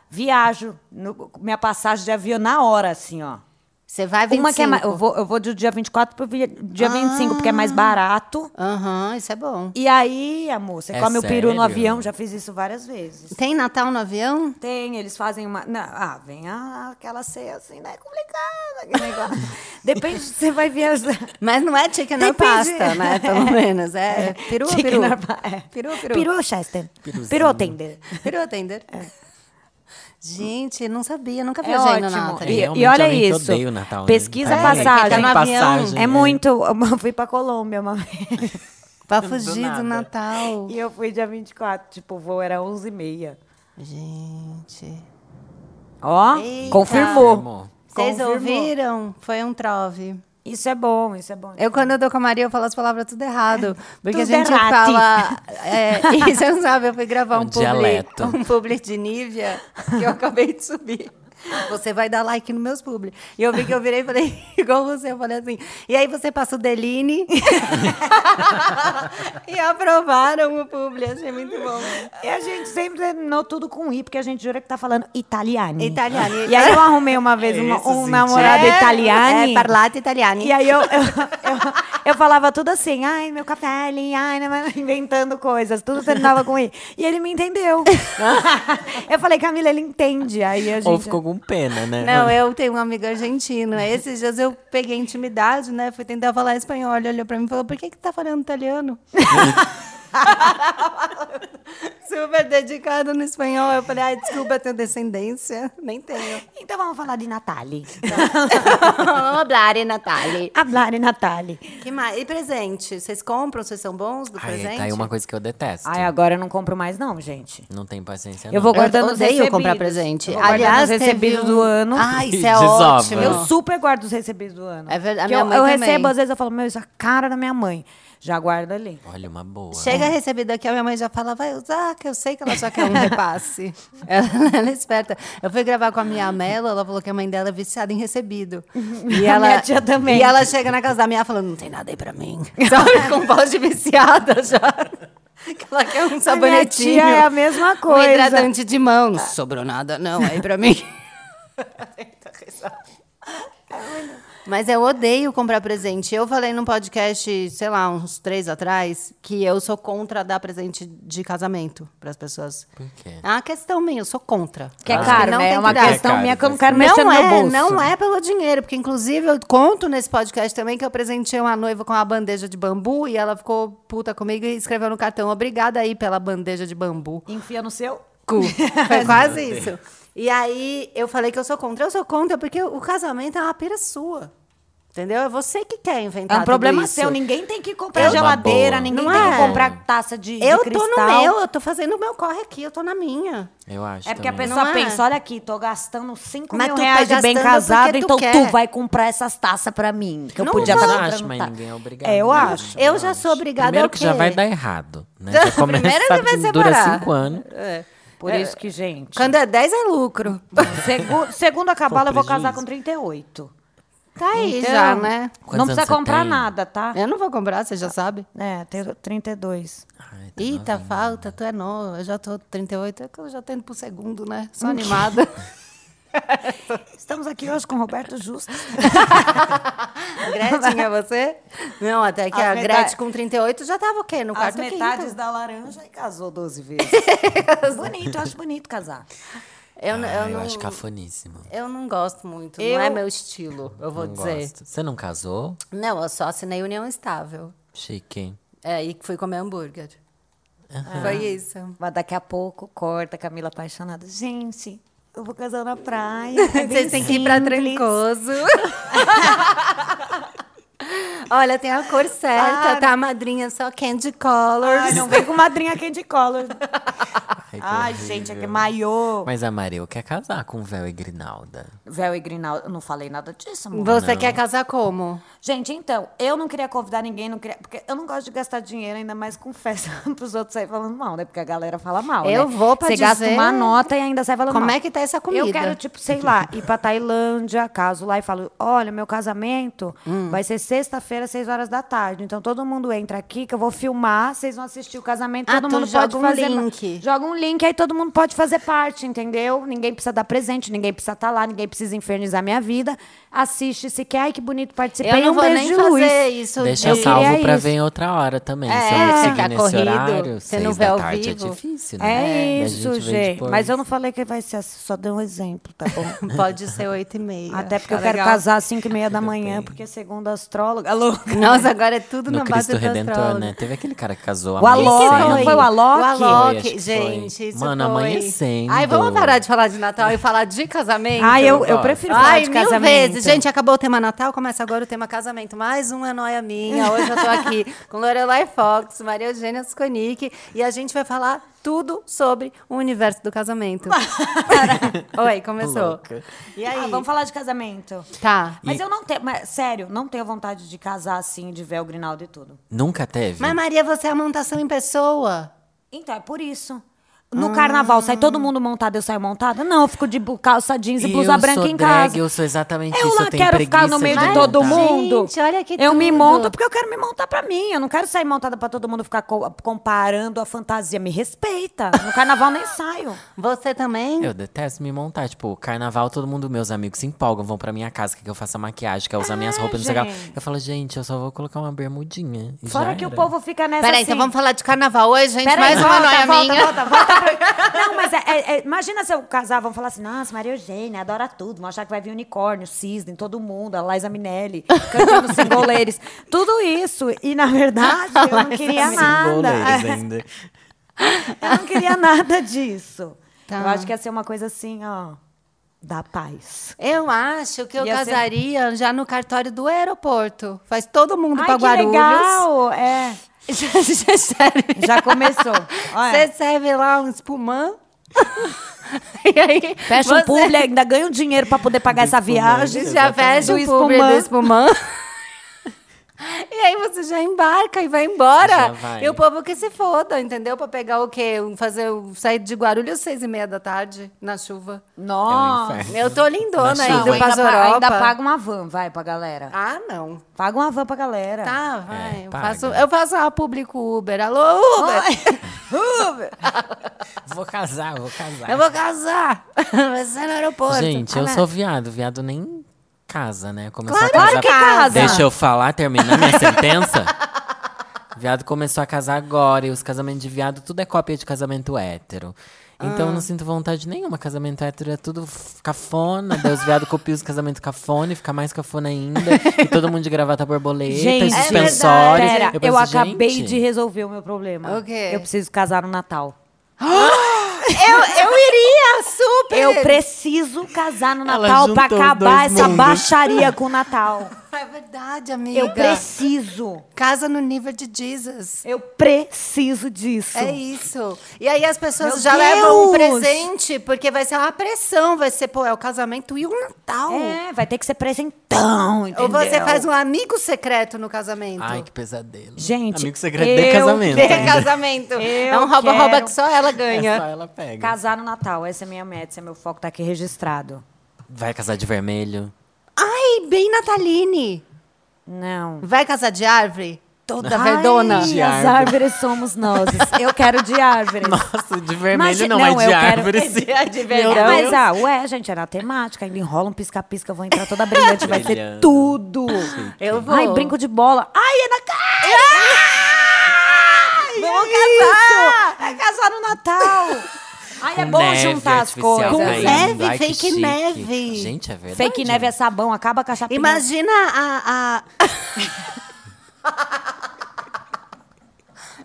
Viajo. no- minha passagem de avião na hora, assim, ó.
Você vai 25.
Uma que é mais. Eu vou, eu vou do dia 24 pro vi- dia 25, porque é mais barato.
Aham, isso é bom.
E aí, amor, você
É
come o peru no
sério?
avião, já fiz isso várias vezes.
Tem Natal no avião?
Tem, eles fazem uma. não, ah, vem a- aquela ceia assim, né? É complicado aquele negócio. Depende se você vai viajar.
Mas não é chicken na
Depende.
pasta,
[LAUGHS]
né? Pelo menos. É peru ou
Chicken
peru?
na pa- é.
Peru ou peru?
Peru, Chester.
Peruzinho.
Peru tender.
Peru ou tender? Gente, não sabia. Nunca
É
viajei no
ótimo.
Natal.
É,
E,
realmente
e olha
alguém que
isso.
odeia o Natal, né?
Pesquisa a
Parece que
passagem.
tá no avião.
Passagem,
é
é.
muito. Eu fui pra Colômbia uma vez.
Pra
Do
fugir
nada.
do, Natal.
E eu fui dia 24. Tipo, o voo era 11h30.
Gente.
Ó,
Eita.
confirmou.
Amor,
Vocês
Confirmou.
ouviram? Foi um trove.
Isso é bom, isso é bom.
Eu, quando eu tô com a Maria, eu falo as palavras tudo errado. É, Porque
Tudo
a gente
errati.
fala. [LAUGHS] É, e você não sabe, eu fui gravar um,
Um
publi-
dialeto.
um publi de Nívia que eu acabei de subir. Você vai dar like nos meus publi. E eu vi que eu virei e falei, [LAUGHS] igual você, eu falei assim. E aí você passa o Deline. [LAUGHS] e aprovaram o publi. Achei muito bom.
E a gente sempre terminou tudo com I, porque a gente jura que tá falando italiano.
Italiani.
E aí eu arrumei uma vez uma-
Isso,
um
gente.
namorado
É,
italiano.
É, parlato italiano.
E aí eu, eu, eu, eu falava tudo assim, ai, meu café, ali, ai, né, mas [LAUGHS] inventando coisas, tudo terminava com I. E ele me [LAUGHS] entendeu. eu falei, Camila, ele entende. Aí a gente.
Ou ficou com pena, né?
Não, eu tenho um amigo argentino. Aí Esses dias eu peguei intimidade, né? Fui tentar falar espanhol. Ele olhou pra mim e falou: por que, que tá falando italiano? [LAUGHS] Super dedicado no espanhol. Eu falei: ai, desculpa, eu tenho descendência. Nem tenho.
Então vamos falar de Natali.
Oblare, Natali.
[LAUGHS] Hablar em Natali.
Que mais? E presente? Vocês compram? Vocês são bons do
Ai,
presente?
tá aí uma coisa que eu detesto.
Ai, agora eu não compro mais, não, gente.
Não tem paciência,
Eu vou
não.
guardando
eu
os
odeio
recebidos.
comprar presente.
Eu vou guardando
Aliás,
os recebidos
teve um-
do ano.
[LAUGHS] Ah, isso é
Desova.
ótimo.
Eu super guardo os recebidos do ano.
É verdade, a
Que
minha
eu,
mãe
eu
também.
recebo, às vezes, eu falo, meu, isso é a cara da minha mãe. Já guardo ali.
Olha, uma boa.
Chega recebido aqui, a minha mãe já fala, vai usar, que eu sei que ela já quer um repasse. [LAUGHS] ela, ela é esperta. Eu fui gravar com a minha Mela, ela falou que a mãe dela é viciada em recebido. E
[LAUGHS] A
ela,
minha tia também.
E ela chega na casa da minha falando, não tem nada aí
[LAUGHS]
pra mim. Sabe, com voz de viciada já. Que ela quer um sabonetinho.
tia é a mesma
Um
coisa.
hidratante de mão. Não sobrou nada não aí pra mim. Mas eu odeio comprar presente. Eu falei num podcast, sei lá, uns três atrás, que eu sou contra dar presente de casamento para as pessoas.
Por quê? Ah.
É uma questão minha, eu sou contra.
Que é
Acho
caro,
não
né?
tem
É uma
que dar.
questão
É caro,
minha que eu não
mas-
quero mexer
Não
no meu
é,
bolso.
não é pelo dinheiro, porque inclusive eu conto nesse podcast também que eu presenteei uma noiva com uma bandeja de bambu e ela ficou puta comigo e escreveu no cartão: Obrigada aí pela bandeja de bambu
Enfia no seu. É um
[LAUGHS] cu. Foi quase isso. E aí eu falei que eu sou contra. Eu sou contra porque o casamento é uma pira sua. Entendeu? É você que quer inventar.
É um problema
tudo isso.
seu. Ninguém tem que comprar
Eu-
geladeira,
Uma boa.
ninguém
Não
tem que
é?
comprar taça de, de
Eu tô
cristal.
no meu, eu tô fazendo o meu corre aqui, eu tô na minha.
Eu acho
É porque a
também.
pessoa
Não é?
pensa, olha aqui, tô gastando 5
Mas
mil
tu tá
reais de bem
gastando
casado,
porque tu
então tu
quer.
vai comprar essas taças pra mim. Que eu
Não
podia
vou.
estar comprando
Mas acho, mas
taça.
ninguém é obrigado.
É, eu
né,
acho.
gente?
Eu já sou é obrigada
Primeiro
ao
que já
quê?
vai dar errado, né? Já começa,
Primeiro
sabe,
você vai
dura
separar.
cinco anos.
É.
Por isso que, gente...
Quando é 10 é
[LAUGHS]
lucro.
Segu- segundo a cabala, eu vou
prejuízo.
casar com 38.
Tá aí
Então,
já, né?
Quantos
não
anos
precisa
você
comprar
tem?
nada, tá?
Eu não vou comprar, você já sabe.
É, tenho 32.
Ai, tá
Eita,
novinha.
falta, tu é nova, eu já tô 38, é que eu já tô indo pro segundo, né?
[LAUGHS]
Sou animada.
Estamos aqui hoje com o Roberto Justo.
Gretchen, é você? Não, até que
As
a
meta-
Gretchen com 38 já tava o quê? No
tá
quarto ou quinto?
da laranja e casou 12 [LAUGHS] vezes. É bonito, eu acho bonito casar.
Eu, n-
Ah,
eu
eu
não,
acho cafoníssimo.
eu não gosto muito,
Eu-
não é meu estilo, eu vou
Não
dizer.
gosto. Você não casou?
Não, eu só assinei união estável.
Chique, hein?
É, e fui comer hambúrguer. Foi isso.
Mas daqui a pouco corta, Camila apaixonada. Gente, eu vou casar na [LAUGHS] praia. é bem
Vocês têm que ir pra
simples.
Trancoso. Olha, tem a cor certa, tá? A madrinha só candy colors.
Ai, não vem com madrinha candy color.
Ai, que
Ai,
horrível.
gente, é que maiô.
Mas a Mareu quer casar com Véu e Grinalda.
Véu e Grinaldo, eu não falei nada disso, amor.
Você quer casar como?
Gente, então, eu não queria convidar ninguém, não queria, porque eu não gosto de gastar dinheiro, ainda mais com festa, [LAUGHS] pros outros saírem falando mal, né? Porque a galera fala mal,
Eu
né?
vou pra
Você gasta
dizer
uma nota e ainda sai falando
como
mal.
é que tá essa comida.
Eu quero, tipo, sei lá, ir pra Tailândia, caso lá e falo, olha, meu casamento
Hum.
vai ser sexta-feira, seis horas da tarde, então todo mundo entra aqui que eu vou filmar, vocês vão assistir o casamento,
Ah,
todo
tu
mundo
joga
pode
um
fazer...
link.
Joga um link, mim, que aí todo mundo pode fazer parte, entendeu? Ninguém precisa dar presente, ninguém precisa estar lá, ninguém precisa infernizar minha vida. Assiste se quer. Ai, que bonito participei.
Eu não
um
vou
beijo
nem
de
fazer
luz.
isso.
Deixa
eu
eu
queria
salvo pra
é isso.
ver em outra hora também. Se eu
É,
seguir
tá
nesse
corrido,
horário,
se
seis
não vê
da
ao
tarde é
vivo.
difícil, né?
um É
A
isso,
vê
gente.
depois.
Mas eu não falei que vai ser assim, só dei um exemplo, tá [LAUGHS] bom?
[LAUGHS] Pode ser oito e meia.
Até porque
Tá
eu quero
legal.
casar às 5 e meia da manhã, porque segundo a astróloga. Alô?
[LAUGHS]
[LAUGHS]
Nossa, agora é tudo
No
na
Cristo
base do
Redentor,
astrólogo.
né? Teve aquele cara que casou
O Alok,
amanhecendo.
não foi o Alok?
O
Foi,
Alok,
acho que foi.
gente, isso
Mano,
foi.
amanhecendo.
Ai, vamos parar de falar de Natal e falar de casamento?
Ah, eu, eu prefiro falar
Ai,
de
mil
casamento.
vezes. Gente, acabou o tema Natal, começa agora o tema casamento. Mais um é noia minha. Hoje eu tô aqui
[LAUGHS]
com Lorelai Fox, Maria Eugênia Skonik e a gente vai falar tudo sobre o universo
[LAUGHS]
do casamento. Oi, começou.
Louca.
E aí?
Ah, vamos falar de casamento.
Tá.
Mas eu não tenho, mas, sério, não tenho vontade de casar assim, de véu, grinaldo e tudo.
Nunca teve?
Mas Maria, você é a montação em pessoa.
Então, é por isso. No carnaval, sai todo mundo montado, eu saio montada? Não, eu fico de bu- calça jeans e blusa
eu
branca
sou
em
drag,
casa.
Eu sou exatamente
Eu
isso.
lá
eu tenho
quero ficar no
preguiça
meio
de
de todo
montar.
mundo.
Gente, olha que
eu me
tudo.
monto porque eu quero me montar pra mim. Eu não quero sair montada pra todo mundo ficar co- comparando a fantasia. Me respeita. No carnaval nem saio.
Você também?
Eu detesto me montar. Tipo, carnaval, todo mundo, meus amigos se empolgam, vão pra minha casa, quer que eu faça maquiagem, quer usar minhas roupas, não sei o que. lá.
Ah, gente.
Eu falo, gente, eu só vou colocar uma bermudinha. e
Fora
já
que o
era.
povo fica nessa
Peraí,
assim.
então vamos falar de carnaval hoje, gente.
Peraí, Ah.
Mais
volta,
uma noia
volta,
minha.
volta, volta, pra- Não, mas é- é- é- imagina se eu casar, vão falar assim, nossa, Maria Eugênia, adora tudo. Vão achar que vai vir unicórnio, cisne, todo mundo, a Laisa Minelli, [LAUGHS] cantando sem goleiros. Tudo isso. E, na verdade, eu não queria
Sem
nada.
goleiros [LAUGHS] ainda.
Eu não queria nada disso.
Tá.
Eu acho que ia ser uma coisa assim, ó, da paz.
Eu acho que eu
Ia ser-
casaria já no cartório do aeroporto. Faz todo mundo
Ai,
pra
que
Guarulhos.
legal! É,
já, [LAUGHS] já serve.
já começou.
Você
Olha,
serve lá um espumã. [LAUGHS] e aí,
fecha
você
um publi, ainda ganha um dinheiro pra poder pagar essa viagem.
Já fecha
Do
o publi
espumã.
do Um espumã. [LAUGHS] E aí você já embarca e vai
Já
embora.
vai.
E o povo que se foda, entendeu? Pra pegar o quê? Um- Fazer, um- sair de Guarulhos às seis e meia da tarde, na chuva.
Nossa!
inferno.
Eu tô lindona
Na
ainda
chuva.
indo
Ainda
pras
pa-
Europa.
ainda paga uma van, vai, pra galera.
Ah, não.
Paga uma van pra galera.
Tá, vai. eu,
É, paga.
faço, eu faço a público Uber. Alô, Uber!
Vou casar, vou casar.
Eu vou casar! [LAUGHS] Vai ser no aeroporto.
Gente, eu
né?
Ah,
sou viado. Viado nem casa, né? Começou
Claro
a casar.
que casa.
Deixa eu falar, terminar minha sentença. [LAUGHS] Viado começou a casar agora. E os casamentos de viado, tudo é cópia de casamento hétero. Então eu
Ah.
não sinto vontade nenhuma. Casamento hétero é tudo f- cafona. Daí os viado copiam os casamentos cafona e fica mais cafona ainda. e todo mundo de gravata borboleta e
Gente, é
suspensório.
Pera, eu,
penso,
acabei
gente,
de resolver o meu problema.
O quê?
Eu preciso casar no Natal.
Eu, eu iria super!
Eu preciso casar no
Ela
Natal pra
juntou os
acabar
dois
essa
mundos.
baixaria com o Natal.
É verdade, amiga.
Eu preciso.
Casa no nível de Jesus.
Eu preciso disso.
É isso. E aí as pessoas
Meu
já levam um
Deus!
presente, porque vai ser uma pressão, vai ser, pô, é o casamento e o Natal.
É, vai ter que ser presentão, entendeu?
Ou você faz um amigo secreto no casamento.
Ai, que pesadelo.
Gente,
Amigo segredo de
eu
é casamento.
De
ainda.
casamento.
[LAUGHS]
É
Eu
um rouba-rouba
quero.
que só ela
É só
ganha.
ela pega.
Casar no Natal, essa é minha meta, esse é meu foco, tá aqui registrado.
Vai casar de vermelho.
Ai, bem Nataline.
Não.
Vai casar de árvore? Toda
Ai,
verdona.
As
De árvore.
árvores somos nós. Eu quero de árvores.
[LAUGHS] Nossa, de vermelho
Imagi-
não, mas
eu
de
quero-
árvore sim.
É de
Não,
verdão.
mas ah, ué, gente, era a temática. Ainda enrola um pisca-pisca, eu vou entrar toda brilhante,
[LAUGHS]
vai ser
Brilhando.
tudo.
Eu vou.
Ai, brinco de bola. Ai, é na cara! Vamos casar! É casar no Natal! [LAUGHS] Ai, é
Com
bom
neve
juntar as
artificial
coisas.
Com
caindo.
neve,
Ai, que
fake
chique.
neve.
Gente, é verdade.
Fake neve é sabão, acaba com a chapinha.
Imagina a. a- [LAUGHS]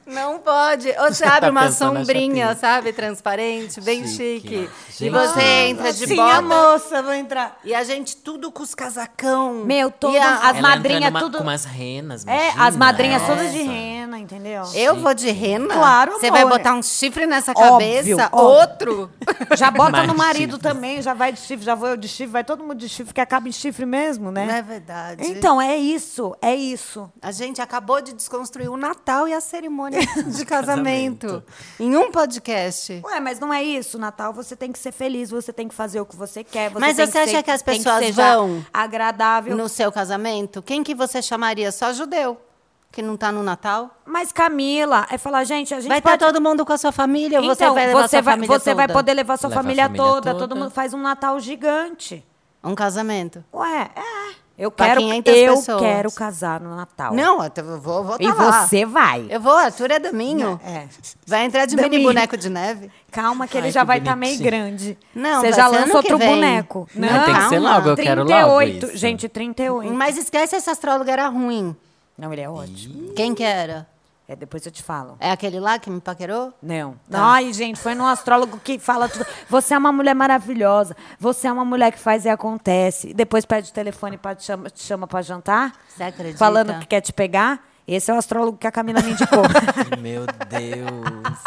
Não pode. Ou você
Já
abre
tá
uma
pensando na
sombrinha,
chapinha.
sabe? Transparente, bem
Chique. né?
chique. E
Gente.
você entra de
Sim, a
bota.
moça, vou entrar.
E a gente tudo com os casacão.
Meu, todo- um
E a-
as
Ela entra
madrinhas
numa-
tudo-
Com umas renas,
É,
imagina.
as madrinhas
Nossa.
todas de rena, entendeu?
É, Eu vou de rena?
Claro,
Você
amor.
vai botar um chifre nessa
Óbvio,
cabeça?
óbvio. É.
Outro?
Já bota
Mais
no marido
chifres.
também, já vai de chifre, já vou eu de chifre, vai todo mundo de chifre, que acaba em chifre mesmo, né?
Não é verdade.
Então, é isso, é isso.
A gente acabou de desconstruir o Natal e a
[LAUGHS]
cerimônia de casamento. em um podcast.
Ué, mas não é isso. Natal você tem que ser feliz, você tem que fazer o que você quer. Você
Mas
tem
você
que ser-
acha que as
tem
pessoas
seja
vão
Agradável.
No seu casamento, quem que você chamaria? Só judeu.
que não tá no Natal?
Mas Camila, é falar, gente, a gente
Vai estar
pode...
todo mundo com a sua família ou você
Então,
vai levar
você,
sua
vai,
família
você vai
toda?
poder levar sua
Leva a
família,
família
toda,
toda.
todo mundo faz um Natal gigante.
Um casamento.
Ué, é. Eu
Pra
quero,
500
eu
pessoas.
quero casar no Natal.
Não, eu t- eu vou, vou tá
E
lá.
você vai.
Eu vou, Arthur é daminho.
É.
Vai entrar de
Daminho.
mini boneco de neve.
Calma que ele
Ai,
já
que
vai estar meio
bonitinho.
grande.
Não,
você
vai
já
ser ano
lança
que
outro
vem.
boneco.
Não,
tem que ser
calma.
logo, eu quero logo
38.
isso.
Gente, 38.
Mas esquece essa astróloga, era ruim.
Não, ele é ótimo.
Quem que era?
É, depois eu te falo.
É aquele lá que me paquerou?
Não.
Tá.
Ai, gente, foi num astrólogo que fala tudo. Você é uma mulher maravilhosa. Você é uma mulher que faz e acontece. Depois pede o telefone pra te chama, te chama pra jantar.
Você acredita?
Falando que quer te pegar. Esse é o astrólogo que a Camila me
[LAUGHS]
indicou.
Meu Deus.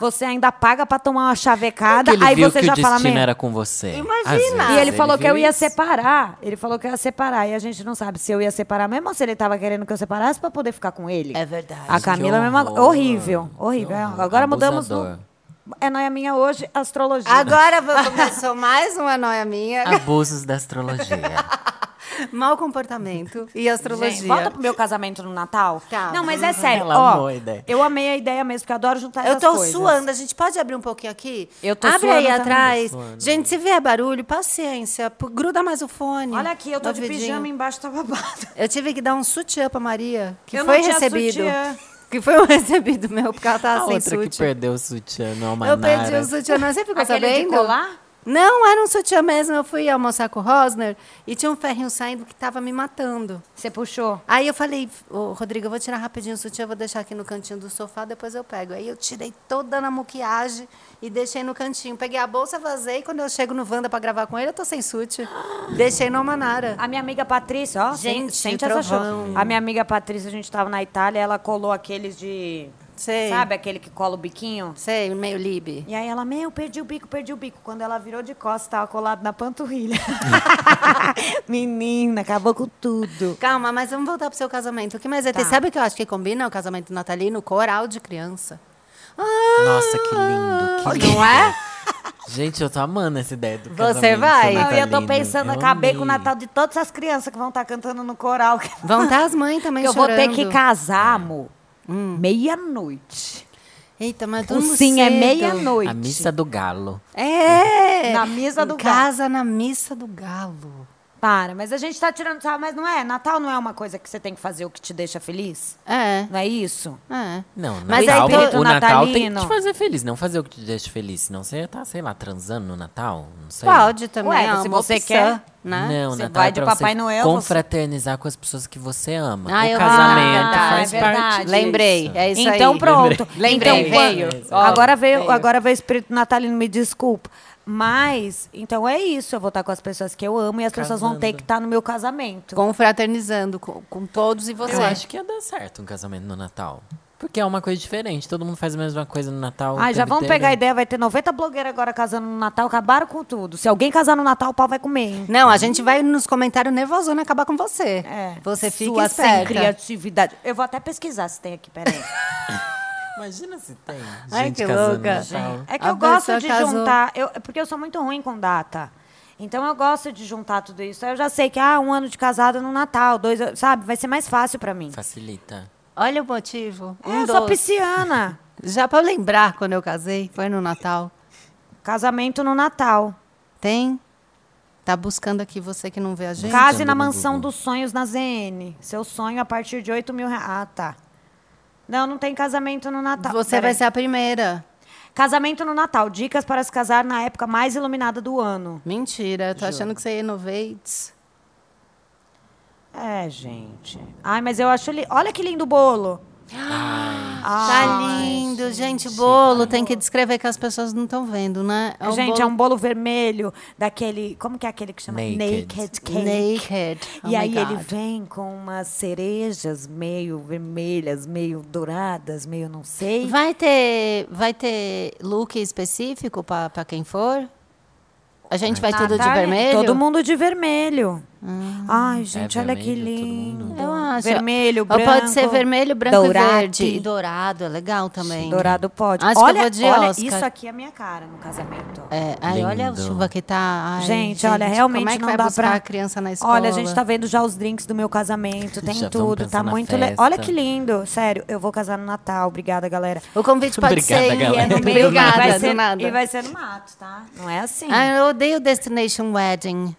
você ainda paga pra tomar uma chavecada.
ele
aí
viu
você
que
já
o
fala
destino
mesmo.
era com você.
Imagina!
Às vezes,
E ele falou que eu
viu
ia
isso.
separar. Ele falou que eu ia separar. E a gente não sabe se eu ia separar mesmo ou se ele tava querendo que eu separasse pra poder ficar com ele.
É verdade.
A Camila, mesma
horror.
coisa. Horrível. Horrível.
Que horror.
Agora mudamos do.
Abusador.
É noia minha hoje, astrologia.
Agora vou- começou [LAUGHS] mais uma noia minha.
Abusos da
[LAUGHS]
astrologia.
Mau comportamento e astrologia.
Gente, volta pro meu casamento no Natal.
Tá.
Não, mas é sério.
Ela
ó,
amou a ideia.
Eu amei a ideia mesmo, porque eu adoro juntar
Eu
essas
tô
Tá, coisas.
suando, a gente pode abrir um pouquinho aqui?
Eu tô
Abre
suando
aí
também.
atrás.
Tô suando.
Gente, se vier barulho, paciência. p- Gruda mais o fone.
Olha aqui, eu tô
no
de
ouvidinho.
pijama embaixo tá babado.
Eu tive que dar um sutiã pra Maria, que
Eu não
foi
tinha
recebido.
sutiã.
[LAUGHS] Que foi um recebido meu, porque
Ah,
ela tava
A
sem
outra que
sutiã.
perdeu o sutiã no
eu
Almanara.
perdi o sutiã, não. Você ficou
Aquele de
sabendo?
colar?
Não, era um sutiã mesmo. Eu fui almoçar com o Rosner e tinha um ferrinho saindo que tava me matando.
Você puxou?
Aí eu falei, "Ô, Rodrigo, eu vou tirar rapidinho o sutiã, eu vou deixar aqui no cantinho do sofá, depois eu pego. Aí eu tirei toda na maquiagem e deixei no cantinho. Peguei a bolsa, vazei. Quando eu chego no Wanda pra gravar com ele, eu tô sem sutiã. Deixei no Manara.
A minha amiga Patrícia, ó,
Gente,
gente, sente essa
trovão.
show. A minha amiga Patrícia, a gente tava na Itália, ela colou aqueles de.
Sei.
Sabe aquele que cola o biquinho?
Sei, meio libe.
E aí ela, meu, perdi o bico, perdi o bico. Quando ela virou de costas, tava colado na
[LAUGHS]
panturrilha. Menina, acabou com tudo.
Calma, mas vamos voltar pro seu casamento. O que mais vai ter?
Tá.
Sabe o que eu acho que combina o casamento natalino? Coral de criança. Ah,
Nossa, que lindo. Que lindo.
Não é?
Gente, eu tô amando essa ideia do
Você
casamento né,
vai?
Não, e eu tô
natalino.
pensando,
Eu
acabei
amei.
com o Natal de todas as crianças que vão estar cantando no coral. Que
Vão estar as mães
[LAUGHS]
também
eu vou
chorando.
ter que
É.
casar, amor.
Hum.
Meia-noite.
Eita, mas todo
O
mundo
sim é
cedo.
meia-noite.
A missa do galo.
É!
Na missa do galo.
Casa na missa do galo.
Para, mas a gente tá tirando sarro, mas não é? Natal não é uma coisa que você tem que fazer o que te deixa feliz?
É.
Não é isso?
É.
Não,
Mas
Natal,
aí todo
o Natal tem que
natalino.
te fazer feliz, não fazer o que te deixa feliz. Senão você tá, sei lá, transando no Natal, não sei.
Pode também.
Ué,
é
se
uma
você
opção,
quer,
Né?
Não,
Você
Natal
vai
é
de
pra
Papai
você
Noel, você-
confraternizar com as pessoas que você ama.
Ah,
o
eu-
casamento
Ah,
faz
é
parte
verdade.
disso.
Lembrei. É isso aí.
então pronto.
Lembrei,
Então, quando-
veio. Ó,
Agora veio,
veio.
agora veio o espírito natalino, me desculpa. Mas, então é isso. Eu vou estar com as pessoas que eu amo e as pessoas vão ter
Casando.
que estar no meu casamento.
Confraternizando com, com todos e você.
Eu acho que ia dar certo um casamento no Natal. Porque é uma coisa diferente, todo mundo faz a mesma coisa no Natal. o
Ah, já
tempo
vamos
inteiro.
pegar a ideia. Vai ter 90 blogueiras agora casando no Natal. Acabaram com tudo. Se alguém casar no Natal, o pau vai comer, hein?
Não, a gente vai nos comentários nervosona acabar com você.
É.
Você fica
Sua sem
esperta.
criatividade. Eu vou até pesquisar se tem aqui, peraí.
Imagina se tem. Gente
Ai, que
casando
louca.
No Natal.
É que
[LAUGHS] A
eu gosto
pessoa
de
casou.
juntar. Eu, é porque eu sou muito ruim com data. Então eu gosto de juntar tudo isso. Eu já sei que ah, um ano de casado no Natal, dois, eu- sabe? Vai ser mais fácil pra mim.
Facilita.
Olha o motivo.
É,
Um
eu sou
doce.
pisciana.
Já pra eu lembrar quando eu casei, foi no Natal.
Casamento no Natal.
Tem? Tá buscando aqui você que não vê a gente?
Case
Entrando
na
no
mansão
Google.
dos sonhos na ZN. Seu sonho a partir de 8 mil reais. Ah, tá. Não, não tem casamento no Natal.
Você vai
Peraí.
ser a primeira.
Casamento no Natal. Dicas para se casar na época mais iluminada do ano.
Mentira, eu tô achando que você ia no Vates.
É, gente. Ai, mas eu acho. Li... Olha que lindo o bolo.
Ah,
Tá lindo, gente. O bolo tem que descrever que as pessoas não estão vendo, né? um
gente,
bolo
é um bolo vermelho daquele. Como que é aquele que chama?
Naked.
cake.
naked.
E
Oh my
aí
God.
ele vem com umas cerejas meio vermelhas, meio douradas, meio não sei.
Vai ter, vai ter look específico pra pra quem for? A gente
Ah,
vai tudo de
Natália,
vermelho? Ah.
Todo mundo de vermelho. Ai, gente, olha que
É vermelho, todo mundo?
lindo.
Eu acha?
Vermelho,
Ou
branco.
pode ser vermelho, branco
dourado.
e verde. E dourado, é legal também.
Dourado pode.
Acho que eu
olha,
vou de
olha,
Oscar.
isso aqui é minha cara no casamento.
É, ai, olha a
Lindo.
chuva que tá. Ai,
Gente, olha, realmente
como é que
não
vai
dá
buscar
pra.
a criança na escola.
Olha, a gente tá vendo já os drinks do meu
[LAUGHS]
casamento, tem
Já vamos
tudo,
pensar
tá
na
muito legal.
festa.
Olha que lindo, sério. Eu vou casar no Natal, obrigada, galera.
O convite pode
Obrigada,
ser. ir,
galera.
é no meio,
Obrigada,
vai
vai
ser
ser,
nada.
E vai ser no mato, tá? Não é assim.
Ai, Ah, eu odeio Destination Wedding.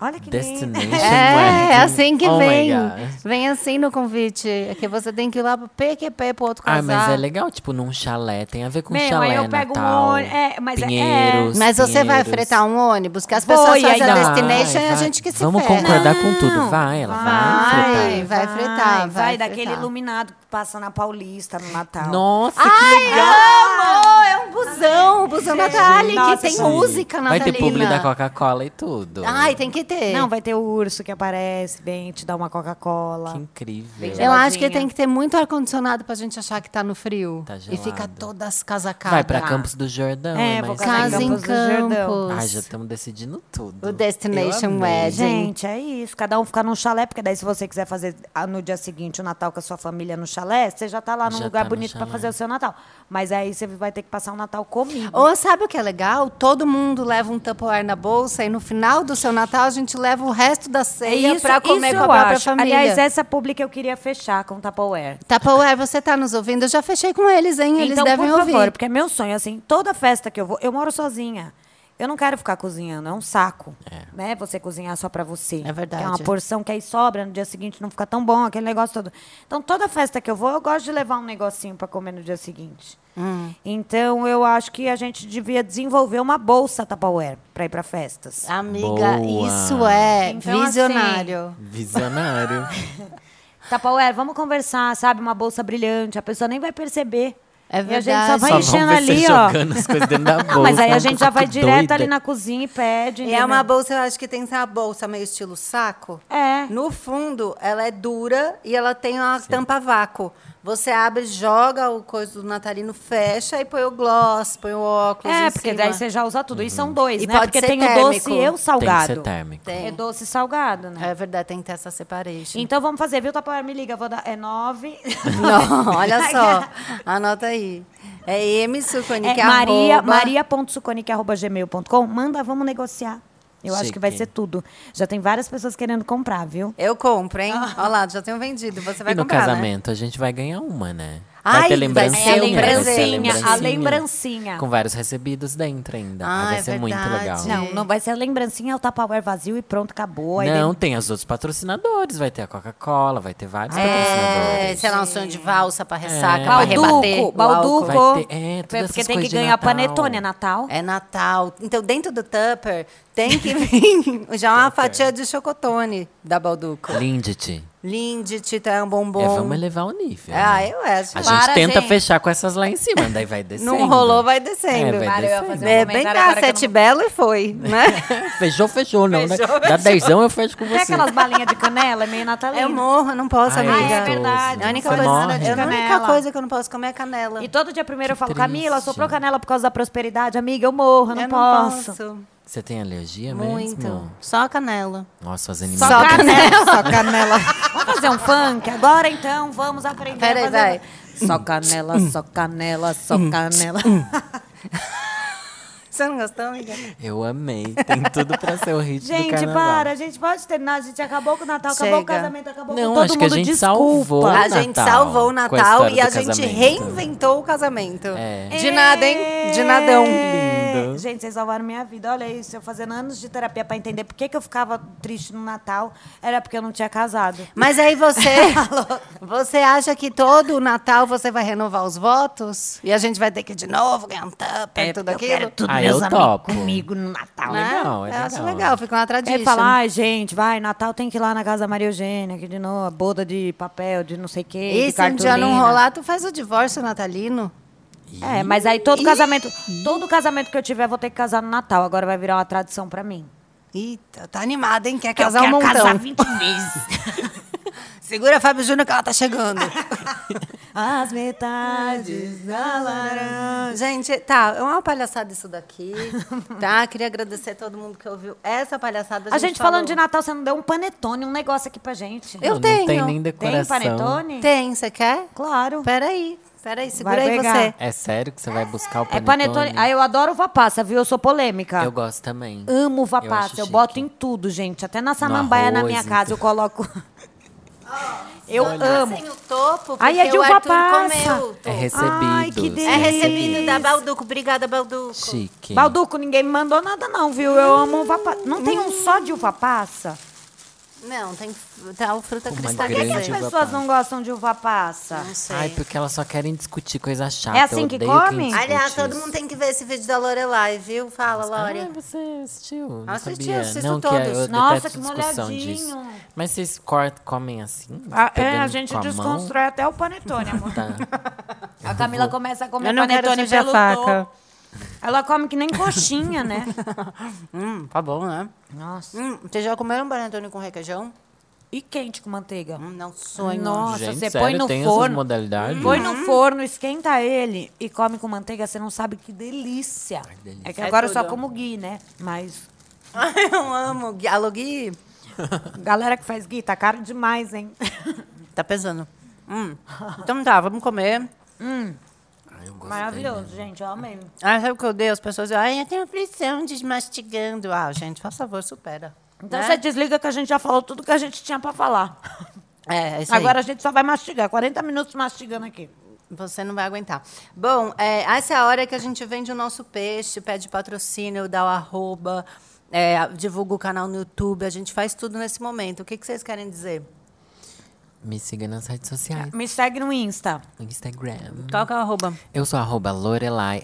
Olha que lindo.
Destination
É, é
Wedding.
assim que
Oh my
vem.
God.
Vem assim no convite. É que você tem que ir lá pro PQP pro outro casal.
Ah, mas é legal, tipo, num chalé. Tem a ver com
Meu, aí
chalé,
eu pego um
Natal,
ôni- é, mas é- é.
Pinheiros,
Mas você vai
Pinheiros.
fretar um ônibus, que as
Vou,
pessoas
e aí
fazem a
dá.
destination
Vai,
e a
vai.
gente que se
Vamos
ferra.
concordar com tudo. Vai, ela vai,
vai.
fretar.
vai fritar, vai
Ah, Vai daquele
fritar.
iluminado que passa na Paulista no Natal.
Nossa, que legal!
Amo! É um busão, o busão Natália,
Nossa,
que tem
gente.
música
Vai
natalina.
ter publi da Coca-Cola e tudo.
Ai, tem que ter.
Não, vai ter o urso que aparece, vem te dar uma
Que
Coca-Cola.
incrível.
Eu acho que
geladinha.
tem que ter muito ar-condicionado pra gente achar que tá no frio.
Tá
e fica
gelado.
todas casacadas.
Vai pra Campos do Jordão.
É,
É,
vou
mais
casar em
legal.
Casa em
Campos do Jordão.
Campos.
Ai, já estamos decidindo tudo.
O Destination
Eu amei.
Wedding.
Gente, é isso. Cada um ficar num chalé, porque daí se você quiser fazer ah, no dia seguinte o Natal com a sua família no chalé, você já tá lá num
Já
lugar
tá no
bonito pra
chalé.
fazer o seu Natal. Mas aí você vai ter que passar o Natal comigo.
Ou sabe o que é legal? Todo mundo leva um Tupperware na bolsa e no final do seu Natal a gente leva o resto da ceia pra comer
É isso
com a
eu
própria
acho.
família.
Aliás, é- essa pública eu queria fechar com o Tupperware.
Tupperware, você tá nos ouvindo? Eu já fechei com eles, hein? Eles
então,
devem
por favor,
ouvir.
porque é meu sonho, assim, toda festa que eu vou, eu moro sozinha. Eu não quero ficar cozinhando, é um saco, né? Você cozinhar só pra você.
É verdade.
Que é uma porção que aí sobra, no dia seguinte não fica tão bom, aquele negócio todo. Então, toda festa que eu vou, eu gosto de levar um negocinho pra comer no dia seguinte.
Hum.
Então, eu acho que a gente devia desenvolver uma bolsa Tupperware pra ir pra festas.
Amiga,
Boa.
isso Ah, é
Então, assim,
visionário.
Visionário.
Tupperware, vamos conversar, sabe? Uma bolsa brilhante, a pessoa nem vai perceber.
É
E a gente só
verdade.
vai
Só
enchendo
vamos ver
ali,
você
ó.
jogando
[LAUGHS]
as coisas dentro da bolsa.
Não, Ah, mas aí a
uma
gente
coisa
já vai
que
direto
doida.
ali na cozinha e pede.
É
entendeu?
uma bolsa, eu acho que tem essa bolsa meio estilo saco.
É.
No fundo, ela é dura e ela tem uma tampa a vácuo. Você abre, joga o coisa do natalino, fecha e põe o gloss, põe o óculos.
É,
em
porque
cima.
daí você já usa tudo. E são dois,
E
né?
pode
Porque
ser
tem o
térmico.
doce e o
Tem que
salgado.
ser térmico.
Tem.
É doce e salgado, né?
É verdade, tem que ter essa separation.
Então vamos fazer, viu, Tapoer? Me liga, vou dar. É nove.
[LAUGHS] Não,
[LAUGHS]
olha só. Anota aí. É M Suconic,
É Maria,
arroba-
é maria.suconic.gmail.com. Manda, vamos negociar. Eu acho que vai
Chique.
ser tudo. Já tem várias pessoas querendo comprar, viu?
Eu compro, hein?
Ah.
Olha lá, já tenho vendido. Você vai
e no
comprar, né?
casamento a gente vai ganhar uma, né?
Ai,
vai
vai
ter lembrancinha,
ser um
vai ter
presente.
A lembrancinha.
Com vários recebidos dentro ainda.
Ah,
Mas
é
vai ser muito
verdade.
legal.
Não,
Não, não vai ser lembrancinha, é o Tupperware vazio e pronto, acabou. Aí
Não,
vem-
tem os outros patrocinadores. Vai ter a Coca-Cola, vai ter vários
É,
patrocinadores.
sei lá, um sonho de valsa pra ressaca, pra rebater.
É. Balduco,
o álcool.
Balduco.
é Vai ter- é, todas
porque
essas
tem que
coisas de
ganhar
Natal.
panetone, é Natal.
É Natal. Então, dentro do Tupper, tem que vir [LAUGHS] já uma fatia de chocotone da Balduco.
Lindt.
Lindy, Tita é um bombom.
É, vamos elevar o nível.
Ah,
né?
eu acho.
A gente
Para,
tenta
gente.
fechar com essas lá em cima, daí vai descendo.
[LAUGHS] Não rolou, vai descendo.
É, vai
Para, eu ia
descendo.
fazer um
É,
comentário bem cá,
agora que eu
sete belo e foi, né?
[LAUGHS] Fechou, fechou, não, né?
Fechou,
Dá dezão, eu fecho com
Tem
você.
aquelas balinhas de canela, é meio natalina.
Eu morro, eu não posso,
Ai,
amiga.
é verdade,
A única,
você
coisa,
morre.
eu- a única
Canela.
coisa que eu não posso comer é canela.
E todo dia primeiro eu falo, Camila,
triste.
soprou canela por causa da prosperidade. Amiga, eu morro, eu não,
eu
posso.
Você tem alergia
Muito.
mesmo?
Só canela.
Nossa, os animais.
Só
[LAUGHS]
canela.
Só canela. Vamos fazer um funk agora, então? Vamos aprender
Peraí,
a fazer... um- Hum.
vai.
Só canela, só canela, só canela.
[LAUGHS] Você não gostou, amiga?
Eu amei. Tem tudo pra ser o hit do
gente,
carnaval.
para. A gente pode terminar. A gente acabou com o Natal, acabou com o
Chega.
casamento, acabou
Não,
com todo
acho que a
mundo.
gente
Desculpa.
salvou.
a
o
gente
Natal
salvou o
com a
Natal
história
e a
do
gente
casamento.
reinventou o casamento.
É.
De nada, hein? De nadão.
É, Gente, vocês salvaram minha vida. Olha isso, eu fazendo anos de terapia pra entender por que, que eu ficava triste no Natal. Era porque eu não tinha casado.
Mas aí você,
[LAUGHS]
[LAUGHS] você acha que todo o Natal você vai renovar os votos? E a gente vai ter que de novo ganhar um tupper,
É,
tudo aquilo?
Ah, eu topo.
no Natal.
Né?
Legal, é
Eu acho
legal.
legal, fica uma tradição.
Ele
né?
fala, É ai, gente, vai, Natal tem que ir lá na casa da Maria Eugênia, que de novo, a boda de papel, de não sei o quê,
E
de
se um dia
cartolina.
não rolar, tu faz o divórcio natalino?
É, mas aí todo casamento, todo casamento que eu tiver, eu vou ter que casar no Natal. Agora vai virar uma tradição pra mim.
Eita, tá animada, hein? Quer casar um [LAUGHS] montão.
vezes.
Segura a Fábio Júnior que ela tá chegando.
[LAUGHS] As metades
[LAUGHS]
da laranja.
Gente, tá, é uma palhaçada
[LAUGHS]
isso daqui, tá? Queria agradecer a todo mundo que ouviu essa palhaçada.
A gente falando de Natal, você não deu um panetone, um negócio aqui pra gente.
Eu
não
tenho.
tem
Tem
nem decoração.
panetone?
Tem, você quer?
Claro.
Peraí, peraí, segura
Vai
aí
pegar.
você.
É sério que você vai buscar o
É
panetone?
panetone. Ah, eu adoro uva passa, viu? Eu sou polêmica.
tá.
Eu gosto também.
Amo uva
Eu
passa.
acho
Eu
chique.
boto em tudo, gente. Até na samambaia na
arroz,
minha
então. em
casa eu coloco. [LAUGHS] eu amo.
Sem Assim o topo, porque
Ai, é de
o
uva
Arthur
passa.
comeu.
É recebido.
Ai, que
É
delícia.
recebido da Balduco. Obrigada, Balduco.
Chique.
Balduco, ninguém me mandou nada, não, viu? Eu amo uva passa. Não tem um só de uva passa?
Não, tem, tá o fruta
Uma
Por é que, que as
Grande uva
cristalizante.
pessoas
passa.
não gostam de uva passa?
Não sei.
Ai, porque elas só querem discutir coisa chata.
É assim
Eu
que
odeio
come?
quem discute
Aliás, Ah, todo
isso.
mundo tem que ver esse vídeo da Lorelai, viu? Fala,
Ah,
Lore.
você assistiu? Não
Assisti,
sabia.
assisto
não, Que
todos.
eu
Nossa,
detesto
que
discussão
molhadinho.
disso. Mas vocês cort, comem assim?
é, a
Pegando
gente
com a mão?
desconstrói até o panetone,
[LAUGHS]
amor. [LAUGHS]
Tá.
A Camila começa a comer
Eu não quero
panetone
sujar
pelo
a faca.
topo. Ela come que nem coxinha,
[LAUGHS]
né?
Hum, tá bom, né?
Nossa.
Hum, vocês já comeram panetone com requeijão?
E quente com manteiga.
Hum, não sonho.
Nossa,
Gente,
você
sério,
põe no
tem essas
forno.
modalidades?
Põe
Uhum.
no forno, esquenta ele e come com manteiga, você não sabe que delícia.
delícia.
É que
É
agora eu só
tudo.
como gui, né? Mas
[LAUGHS] Ai, eu amo. Gui- Alô, Gui?
galera que faz gui tá caro demais, hein?
Tá pesando. Hum. Então tá, vamos comer.
Ai, eu gostei.
Maravilhoso, gente, eu amei.
Ah, sabe o que eu odeio? As pessoas dizem, ai, eu tenho aflição desmastigando. Ah, gente, faz favor, supera.
Então
Né?
você desliga que a gente já falou tudo que a gente tinha pra falar.
É, é isso aí.
Agora a gente só vai mastigar, 40 minutos mastigando aqui.
Você não vai aguentar. Bom, é, essa é a hora que a gente vende o nosso peixe, pede patrocínio, dá o arroba, é, divulga o canal no YouTube, a gente faz tudo nesse momento. O que, que vocês querem dizer?
Me siga nas redes sociais.
Me segue no Insta.
no Instagram.
Tá.
Qual que é o arroba?
Eu sou arroba Lorelai,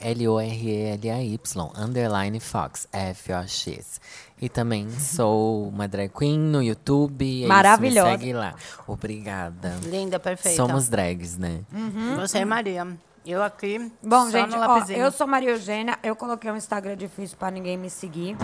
L-O-R-E-L-A-Y, underline Fox, F-O-X.
[LAUGHS]
E também sou uma drag queen no YouTube. É
Maravilhosa.
Isso, me segue lá. Obrigada.
Linda, perfeita. Uhum.
Somos drags, né?
Hum.
Você e Maria. Eu aqui,
Bom,
só
gente,
no
ó,
lapisinho.
eu sou Maria Eugênia, eu coloquei um Instagram difícil pra ninguém me seguir.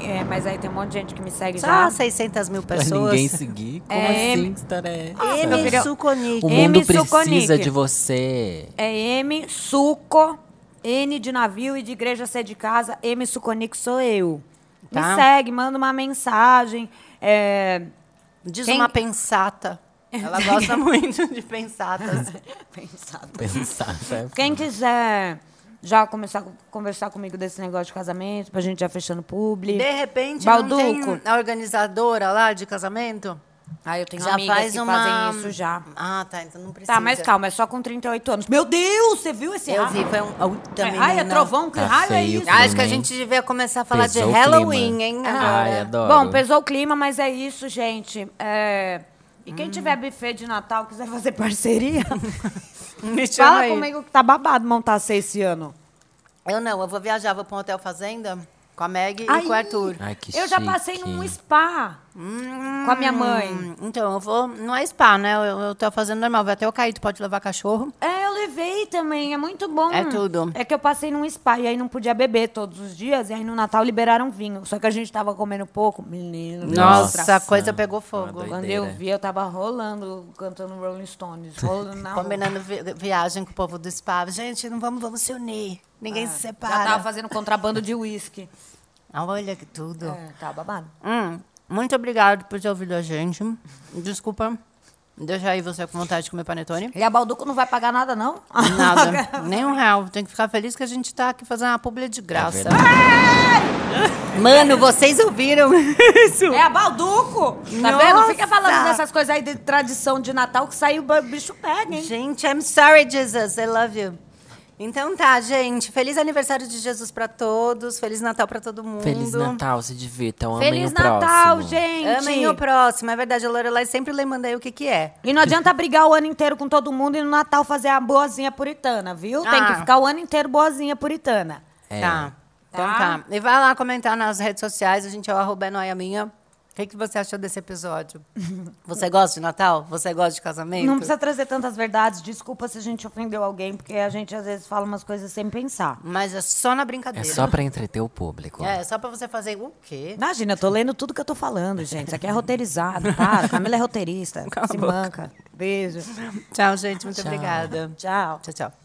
É, mas aí tem um monte de gente que me segue já.
Só 600
[LAUGHS]
mil
Pra
pessoas.
ninguém seguir. Como
É,
assim, que história é essa?
M.
Eu queria-
Suconic.
O mundo
M.
precisa
Suconic.
de você. [LAUGHS]
É M Suco, N de navio e de igreja C de casa, M Suconic sou eu.
Tá.
Me segue, manda uma mensagem. É...
Diz
Quem-
uma pensata.
[LAUGHS]
Ela gosta muito de pensatas.
[LAUGHS]
Pensado.
Pensar. né?
Quem quiser já começar a conversar comigo desse negócio de casamento, pra gente já fechando publi.
De repente,
Balduco.
não tem um- a organizadora lá de casamento?
Ah, eu tenho
Já
amigas
faz
que
uma...
fazem isso já.
Ah, tá. Então não precisa.
Tá, mas calma, é só com 38 anos. Meu Deus, você viu esse
Eu
raio?
vi, foi um... Ai,
Ai, é trovão, que
Tá
raio é
feio.
isso?
Ah, Acho que a gente devia começar a falar
Pesou
de
o
Halloween,
clima.
Ah,
Ai,
hein?
é. [LAUGHS]
agora.
adoro.
Bom, pesou o clima, mas é isso, gente. É, E
Hum.
quem tiver buffet de Natal, quiser fazer parceria,
[LAUGHS] Me chama
fala
aí.
comigo que tá babado montar C esse ano.
Eu não, eu vou viajar, vou pra um hotel fazenda com a Meg e
Ai.
com o Arthur.
Ai, que
eu já passei
chique.
num spa com a minha mãe.
Hum, Então, eu vou. Não é spa, né? Eu, eu tô fazendo normal. Vai até eu cair, tu pode levar cachorro.
É, eu levei também, é muito bom.
É tudo.
É que eu passei num spa e aí não podia beber todos os dias, e aí no Natal liberaram vinho. Só que a gente tava comendo pouco. Menino,
Nossa,
nossa.
a coisa pegou fogo.
Uma doida.
Quando eu vi, eu tava rolando, cantando Rolling Stones. Rolando na rua.
Combinando vi- viagem com o povo do spa. Gente, não vamos, vamos se unir. Ninguém se separa.
Ah,
Ah,
Já tava fazendo contrabando de uísque.
Olha que tudo.
É, tá babado.
Hum, muito obrigado por ter ouvido a gente. Desculpa. Deixa aí você com vontade de comer panetone.
E a Balduco não vai pagar nada, não? [LAUGHS]
Nada. Nem um real. Tem que ficar feliz que a gente tá aqui fazendo uma publi de graça.
É verdade.
Mano, vocês ouviram isso?
É a Balduco! Tá vendo? Fica falando dessas coisas aí de tradição de Natal que saiu o bicho pega, hein?
Gente, I'm sorry, Jesus. I love you. Então tá, gente. Feliz aniversário de Jesus pra todos. Feliz Natal pra todo mundo.
Feliz Natal, se divirtam. amem
Feliz
o
Natal,
próximo.
gente!
Amem o próximo. É verdade, a Lorelai sempre lembrando aí o que que é.
E não adianta brigar o ano inteiro com todo mundo e no Natal fazer a boazinha puritana, viu? Tem que
Ah.
ficar o ano inteiro boazinha puritana.
É.
Tá. Então
Tá.
tá. E vai lá comentar nas redes sociais. A gente é o arroba é noia minha. O que, que você achou
[LAUGHS]
desse episódio? Você gosta de Natal? Você gosta de casamento?
Não precisa trazer tantas verdades. Desculpa se a gente ofendeu alguém, porque a gente às vezes fala umas coisas sem pensar.
Mas é só na
É
brincadeira.
só pra entreter o público.
É, só pra você fazer o quê?
tá? Imagina, eu tô lendo tudo que eu tô falando, gente. Isso aqui é roteirizado, para. Camila é roteirista. se manca. Beijo.
Tchau, gente. Muito
Tchau.
obrigada.
Tchau.
Tchau, tchau.